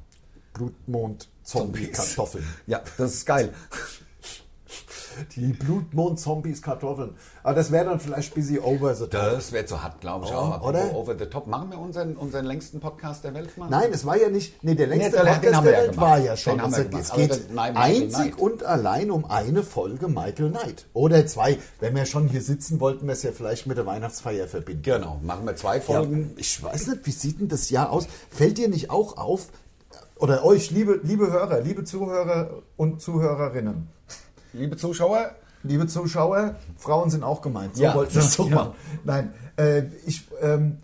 Speaker 3: Blutmond, Zombie, Kartoffeln.
Speaker 2: Ja, das ist (laughs) geil.
Speaker 3: Die Blutmond, Zombies, Kartoffeln. Aber das wäre dann vielleicht ein bisschen over the top.
Speaker 2: Das wäre zu hart, glaube ich
Speaker 3: Oh,
Speaker 2: auch. Aber
Speaker 3: oder?
Speaker 2: Over the top. Machen wir unseren, unseren längsten Podcast der Welt mal?
Speaker 3: Nein, es war ja nicht. Nee, der längste
Speaker 2: Nee, den
Speaker 3: Podcast
Speaker 2: haben wir
Speaker 3: der
Speaker 2: ja
Speaker 3: Welt
Speaker 2: gemacht.
Speaker 3: war ja schon.
Speaker 2: Den haben wir
Speaker 3: Also,
Speaker 2: gemacht.
Speaker 3: es
Speaker 2: Aber
Speaker 3: geht
Speaker 2: dann- nein, Michael Knight.
Speaker 3: einzig und allein um eine Folge Michael Knight. Oder zwei. Wenn wir schon hier sitzen, wollten wir es ja vielleicht mit der Weihnachtsfeier verbinden.
Speaker 2: Genau, machen wir zwei
Speaker 3: Ja,
Speaker 2: Folgen.
Speaker 3: ich weiß nicht, wie sieht denn das Jahr aus? Fällt dir nicht auch auf, oder euch, liebe, liebe Hörer, liebe Zuhörer und Zuhörerinnen,
Speaker 2: Liebe Zuschauer,
Speaker 3: liebe Zuschauer, Frauen sind auch gemeint. So
Speaker 2: Ja.
Speaker 3: wollten wir es doch
Speaker 2: Ja.
Speaker 3: machen. Nein, äh, ich, ähm,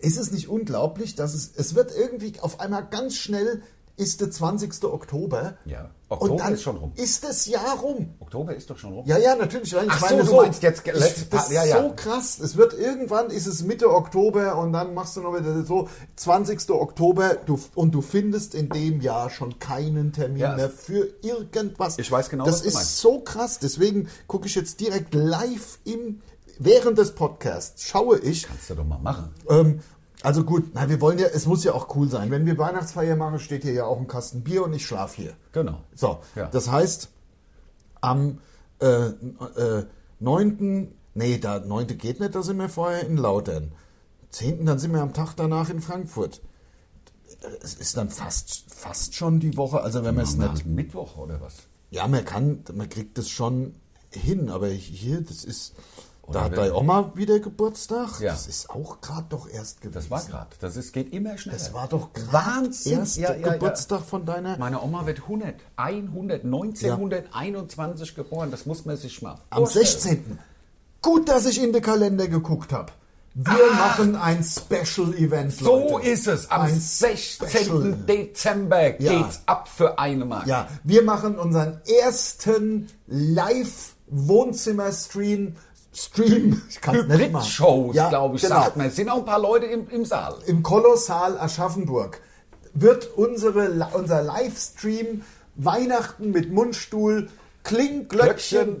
Speaker 3: ist es nicht unglaublich, dass es, es wird irgendwie auf einmal ganz schnell ist der 20. Oktober.
Speaker 2: Ja, Oktober
Speaker 3: und dann
Speaker 2: ist schon rum.
Speaker 3: Ist das Jahr rum.
Speaker 2: Oktober ist doch schon rum.
Speaker 3: Ja, ja, natürlich. Ich
Speaker 2: Ach so, du meinst jetzt ge- letzte
Speaker 3: ich, das
Speaker 2: Part- ja,
Speaker 3: ist
Speaker 2: ja.
Speaker 3: so krass. Es wird irgendwann, ist es Mitte Oktober und dann machst du noch wieder so 20. Oktober du, und du findest in dem Jahr schon keinen Termin
Speaker 2: Ja,
Speaker 3: mehr
Speaker 2: es-
Speaker 3: für irgendwas.
Speaker 2: Ich weiß genau,
Speaker 3: das
Speaker 2: was du
Speaker 3: ist
Speaker 2: meinst.
Speaker 3: so krass. Deswegen gucke ich jetzt direkt live im, während des Podcasts schaue ich.
Speaker 2: Kannst du doch mal machen.
Speaker 3: Ähm, also gut, na, wir wollen ja, es muss ja auch cool sein. Wenn wir Weihnachtsfeier machen, steht hier ja auch ein Kasten Bier und ich schlaf hier.
Speaker 2: Genau.
Speaker 3: So,
Speaker 2: Ja.
Speaker 3: das heißt, am äh, äh, 9., nee, da 9. geht nicht, da sind wir vorher in Lautern. 10., dann sind wir am Tag danach in Frankfurt. Es ist dann fast, fast schon die Woche, also wenn man es
Speaker 2: Nach
Speaker 3: nicht...
Speaker 2: Mittwoch oder was?
Speaker 3: Ja, man kann, man kriegt das schon hin, aber hier, das ist...
Speaker 2: Oder
Speaker 3: Da hat
Speaker 2: wenn-
Speaker 3: deine Oma wieder Geburtstag.
Speaker 2: Ja.
Speaker 3: Das ist auch gerade doch erst gewesen.
Speaker 2: Das war gerade. Das ist, geht immer schneller.
Speaker 3: Das war doch grad
Speaker 2: Wahnsinn.
Speaker 3: erst
Speaker 2: Ja,
Speaker 3: der
Speaker 2: ja, ja.
Speaker 3: Geburtstag von deiner...
Speaker 2: Meine Oma wird 100, 100, 1921 geboren. Das muss man sich mal
Speaker 3: Am
Speaker 2: vorstellen.
Speaker 3: 16. Gut, dass ich in den Kalender geguckt habe. Wir machen ein Special-Event,
Speaker 2: Ah. So
Speaker 3: Leute.
Speaker 2: ist es. Am
Speaker 3: Ein
Speaker 2: 16.
Speaker 3: Special.
Speaker 2: Dezember
Speaker 3: Ja.
Speaker 2: geht's ab für eine Mark.
Speaker 3: Ja, wir machen unseren ersten Live-Wohnzimmer-Stream. Stream, (laughs) ich kann's nicht machen.
Speaker 2: Hybrid-Shows,
Speaker 3: Ja,
Speaker 2: glaube ich,
Speaker 3: genau.
Speaker 2: sagt man. Es sind auch ein paar Leute im, im Saal.
Speaker 3: im Kolossal Aschaffenburg wird unsere, unser Livestream Weihnachten mit Mundstuhl Kling, Glöckchen,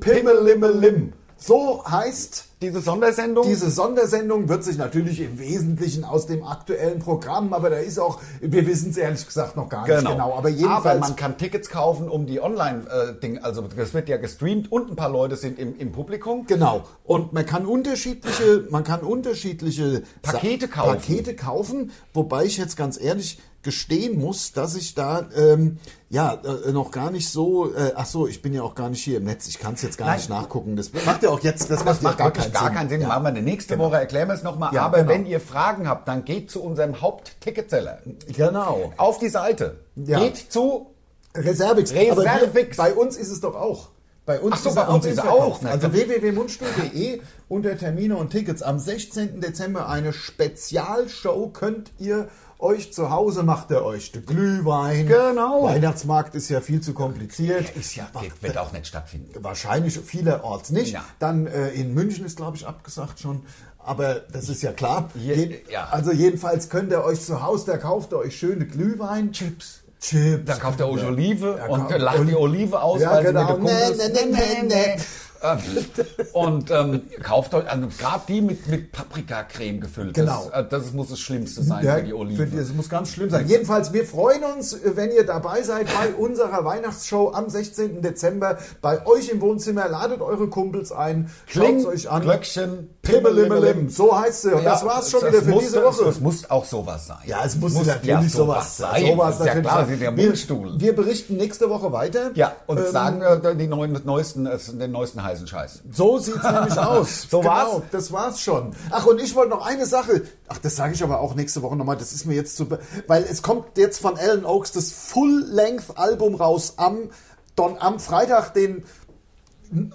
Speaker 2: Glöckchen,
Speaker 3: Pimmel, Limmel, Limm. So heißt
Speaker 2: diese Sondersendung?
Speaker 3: Diese Sondersendung wird sich natürlich im Wesentlichen aus dem aktuellen Programm, aber da ist auch, wir wissen es ehrlich gesagt noch gar nicht genau. Aber jedenfalls,
Speaker 2: Aber man kann Tickets kaufen, um die Online-Ding, also das wird ja gestreamt und ein paar Leute sind im, im Publikum.
Speaker 3: genau. Und man kann unterschiedliche, man kann unterschiedliche Sa-
Speaker 2: Pakete kaufen.
Speaker 3: Pakete kaufen, wobei ich jetzt ganz ehrlich gestehen muss, dass ich da ähm, ja äh, noch gar nicht so. Äh, ach so, ich bin ja auch gar nicht hier im Netz. Ich kann es jetzt gar
Speaker 2: Nein.
Speaker 3: nicht nachgucken. Das macht ja auch jetzt, das,
Speaker 2: Das
Speaker 3: macht ja
Speaker 2: macht
Speaker 3: gar
Speaker 2: wirklich
Speaker 3: keinen
Speaker 2: gar
Speaker 3: Sinn.
Speaker 2: keinen Sinn.
Speaker 3: Ja. Genau.
Speaker 2: Machen wir eine nächste Woche, erklären wir es nochmal.
Speaker 3: Ja,
Speaker 2: Aber
Speaker 3: genau.
Speaker 2: wenn ihr Fragen habt, dann geht zu unserem Haupt-Ticketseller.
Speaker 3: Genau.
Speaker 2: Auf die Seite.
Speaker 3: Ja.
Speaker 2: Geht zu
Speaker 3: Reservix.
Speaker 2: Reservix.
Speaker 3: Aber wir, bei uns ist es doch auch. Bei uns
Speaker 2: Ach so,
Speaker 3: ist,
Speaker 2: bei
Speaker 3: er
Speaker 2: uns
Speaker 3: im
Speaker 2: ist er
Speaker 3: Verkauf.
Speaker 2: auch, ne?
Speaker 3: Also www.mundstuhl.de unter Termine und Tickets. Am 16. Dezember eine Spezialshow könnt ihr euch zu Hause macht ihr euch den Glühwein.
Speaker 2: Genau.
Speaker 3: Weihnachtsmarkt ist ja viel zu kompliziert.
Speaker 2: ist ja, geht, wird auch nicht stattfinden.
Speaker 3: Wahrscheinlich vielerorts nicht.
Speaker 2: Ja.
Speaker 3: Dann äh, in München ist, glaube ich, abgesagt schon. Aber das ist ja klar.
Speaker 2: Hier- ja.
Speaker 3: Also jedenfalls könnt ihr euch zu Hause, da kauft ihr euch schöne Glühwein. Chips. Chips.
Speaker 2: Da kauft er euch Olive
Speaker 3: Da
Speaker 2: und
Speaker 3: kauft-
Speaker 2: lacht die Olive aus,
Speaker 3: Ja,
Speaker 2: weil
Speaker 3: genau.
Speaker 2: sie mit der Kumpel
Speaker 3: Nee, nee, nee, nee, nee.
Speaker 2: Ähm, Und ähm, kauft euch, also gerade die mit, mit Paprikacreme gefüllt.
Speaker 3: Genau.
Speaker 2: Das, äh, das muss das Schlimmste sein
Speaker 3: Ja,
Speaker 2: für die Olive.
Speaker 3: für die- Es muss ganz schlimm sein. Jedenfalls, wir freuen uns, äh, wenn ihr dabei seid bei unserer Weihnachtsshow am 16. Dezember bei euch im Wohnzimmer. Ladet eure Kumpels ein,
Speaker 2: Kling,
Speaker 3: schaut's euch an.
Speaker 2: Glöckchen,
Speaker 3: Pimmelimmelim. So heißt sie. Und das war's schon
Speaker 2: das
Speaker 3: wieder für
Speaker 2: muss-
Speaker 3: diese Woche.
Speaker 2: Es muss auch sowas sein.
Speaker 3: Ja, es muss,
Speaker 2: Muss
Speaker 3: natürlich
Speaker 2: ja
Speaker 3: sowas
Speaker 2: sowas
Speaker 3: sein.
Speaker 2: sein.
Speaker 3: Sowas
Speaker 2: Ist ja klar,
Speaker 3: sein.
Speaker 2: sind ja Mundstuhl.
Speaker 3: Wir, wir berichten nächste Woche weiter.
Speaker 2: Ja, und
Speaker 3: Ähm,
Speaker 2: sagen äh, die neuen, neuesten, äh, den neuesten heißen Scheiß.
Speaker 3: So sieht's
Speaker 2: (laughs)
Speaker 3: nämlich aus. Genau,
Speaker 2: So war's?
Speaker 3: Das war's schon. Ach, und ich wollte noch eine Sache. Ach, das sage ich aber auch nächste Woche nochmal. Das ist mir jetzt zu. be- Weil es kommt jetzt von Alan Oakes das Full-Length-Album raus am, Don, am Freitag, den. äh,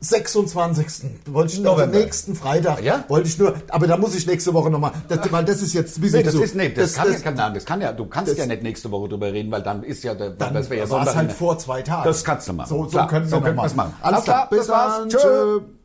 Speaker 3: 26. wollte ich also
Speaker 2: November.
Speaker 3: nächsten Freitag
Speaker 2: Ja?
Speaker 3: wollte ich nur, aber da muss ich nächste Woche nochmal, das, weil das ist jetzt ein bisschen
Speaker 2: Nee, das
Speaker 3: zu-
Speaker 2: ist nee, das, kann, ja- kann, nein, das kann ja, du kannst ja nicht nächste Woche drüber reden, weil dann ist ja der,
Speaker 3: dann
Speaker 2: das wäre ja
Speaker 3: war's
Speaker 2: Sonntag. ne?
Speaker 3: halt vor zwei Tagen.
Speaker 2: Das kannst du machen.
Speaker 3: So, so
Speaker 2: Klar,
Speaker 3: können wir
Speaker 2: so
Speaker 3: noch
Speaker 2: können
Speaker 3: machen.
Speaker 2: wir's machen.
Speaker 3: Alles
Speaker 2: Alles
Speaker 3: klar,
Speaker 2: klar,
Speaker 3: bis
Speaker 2: das war's.
Speaker 3: dann.
Speaker 2: Tschö.
Speaker 3: Tschö.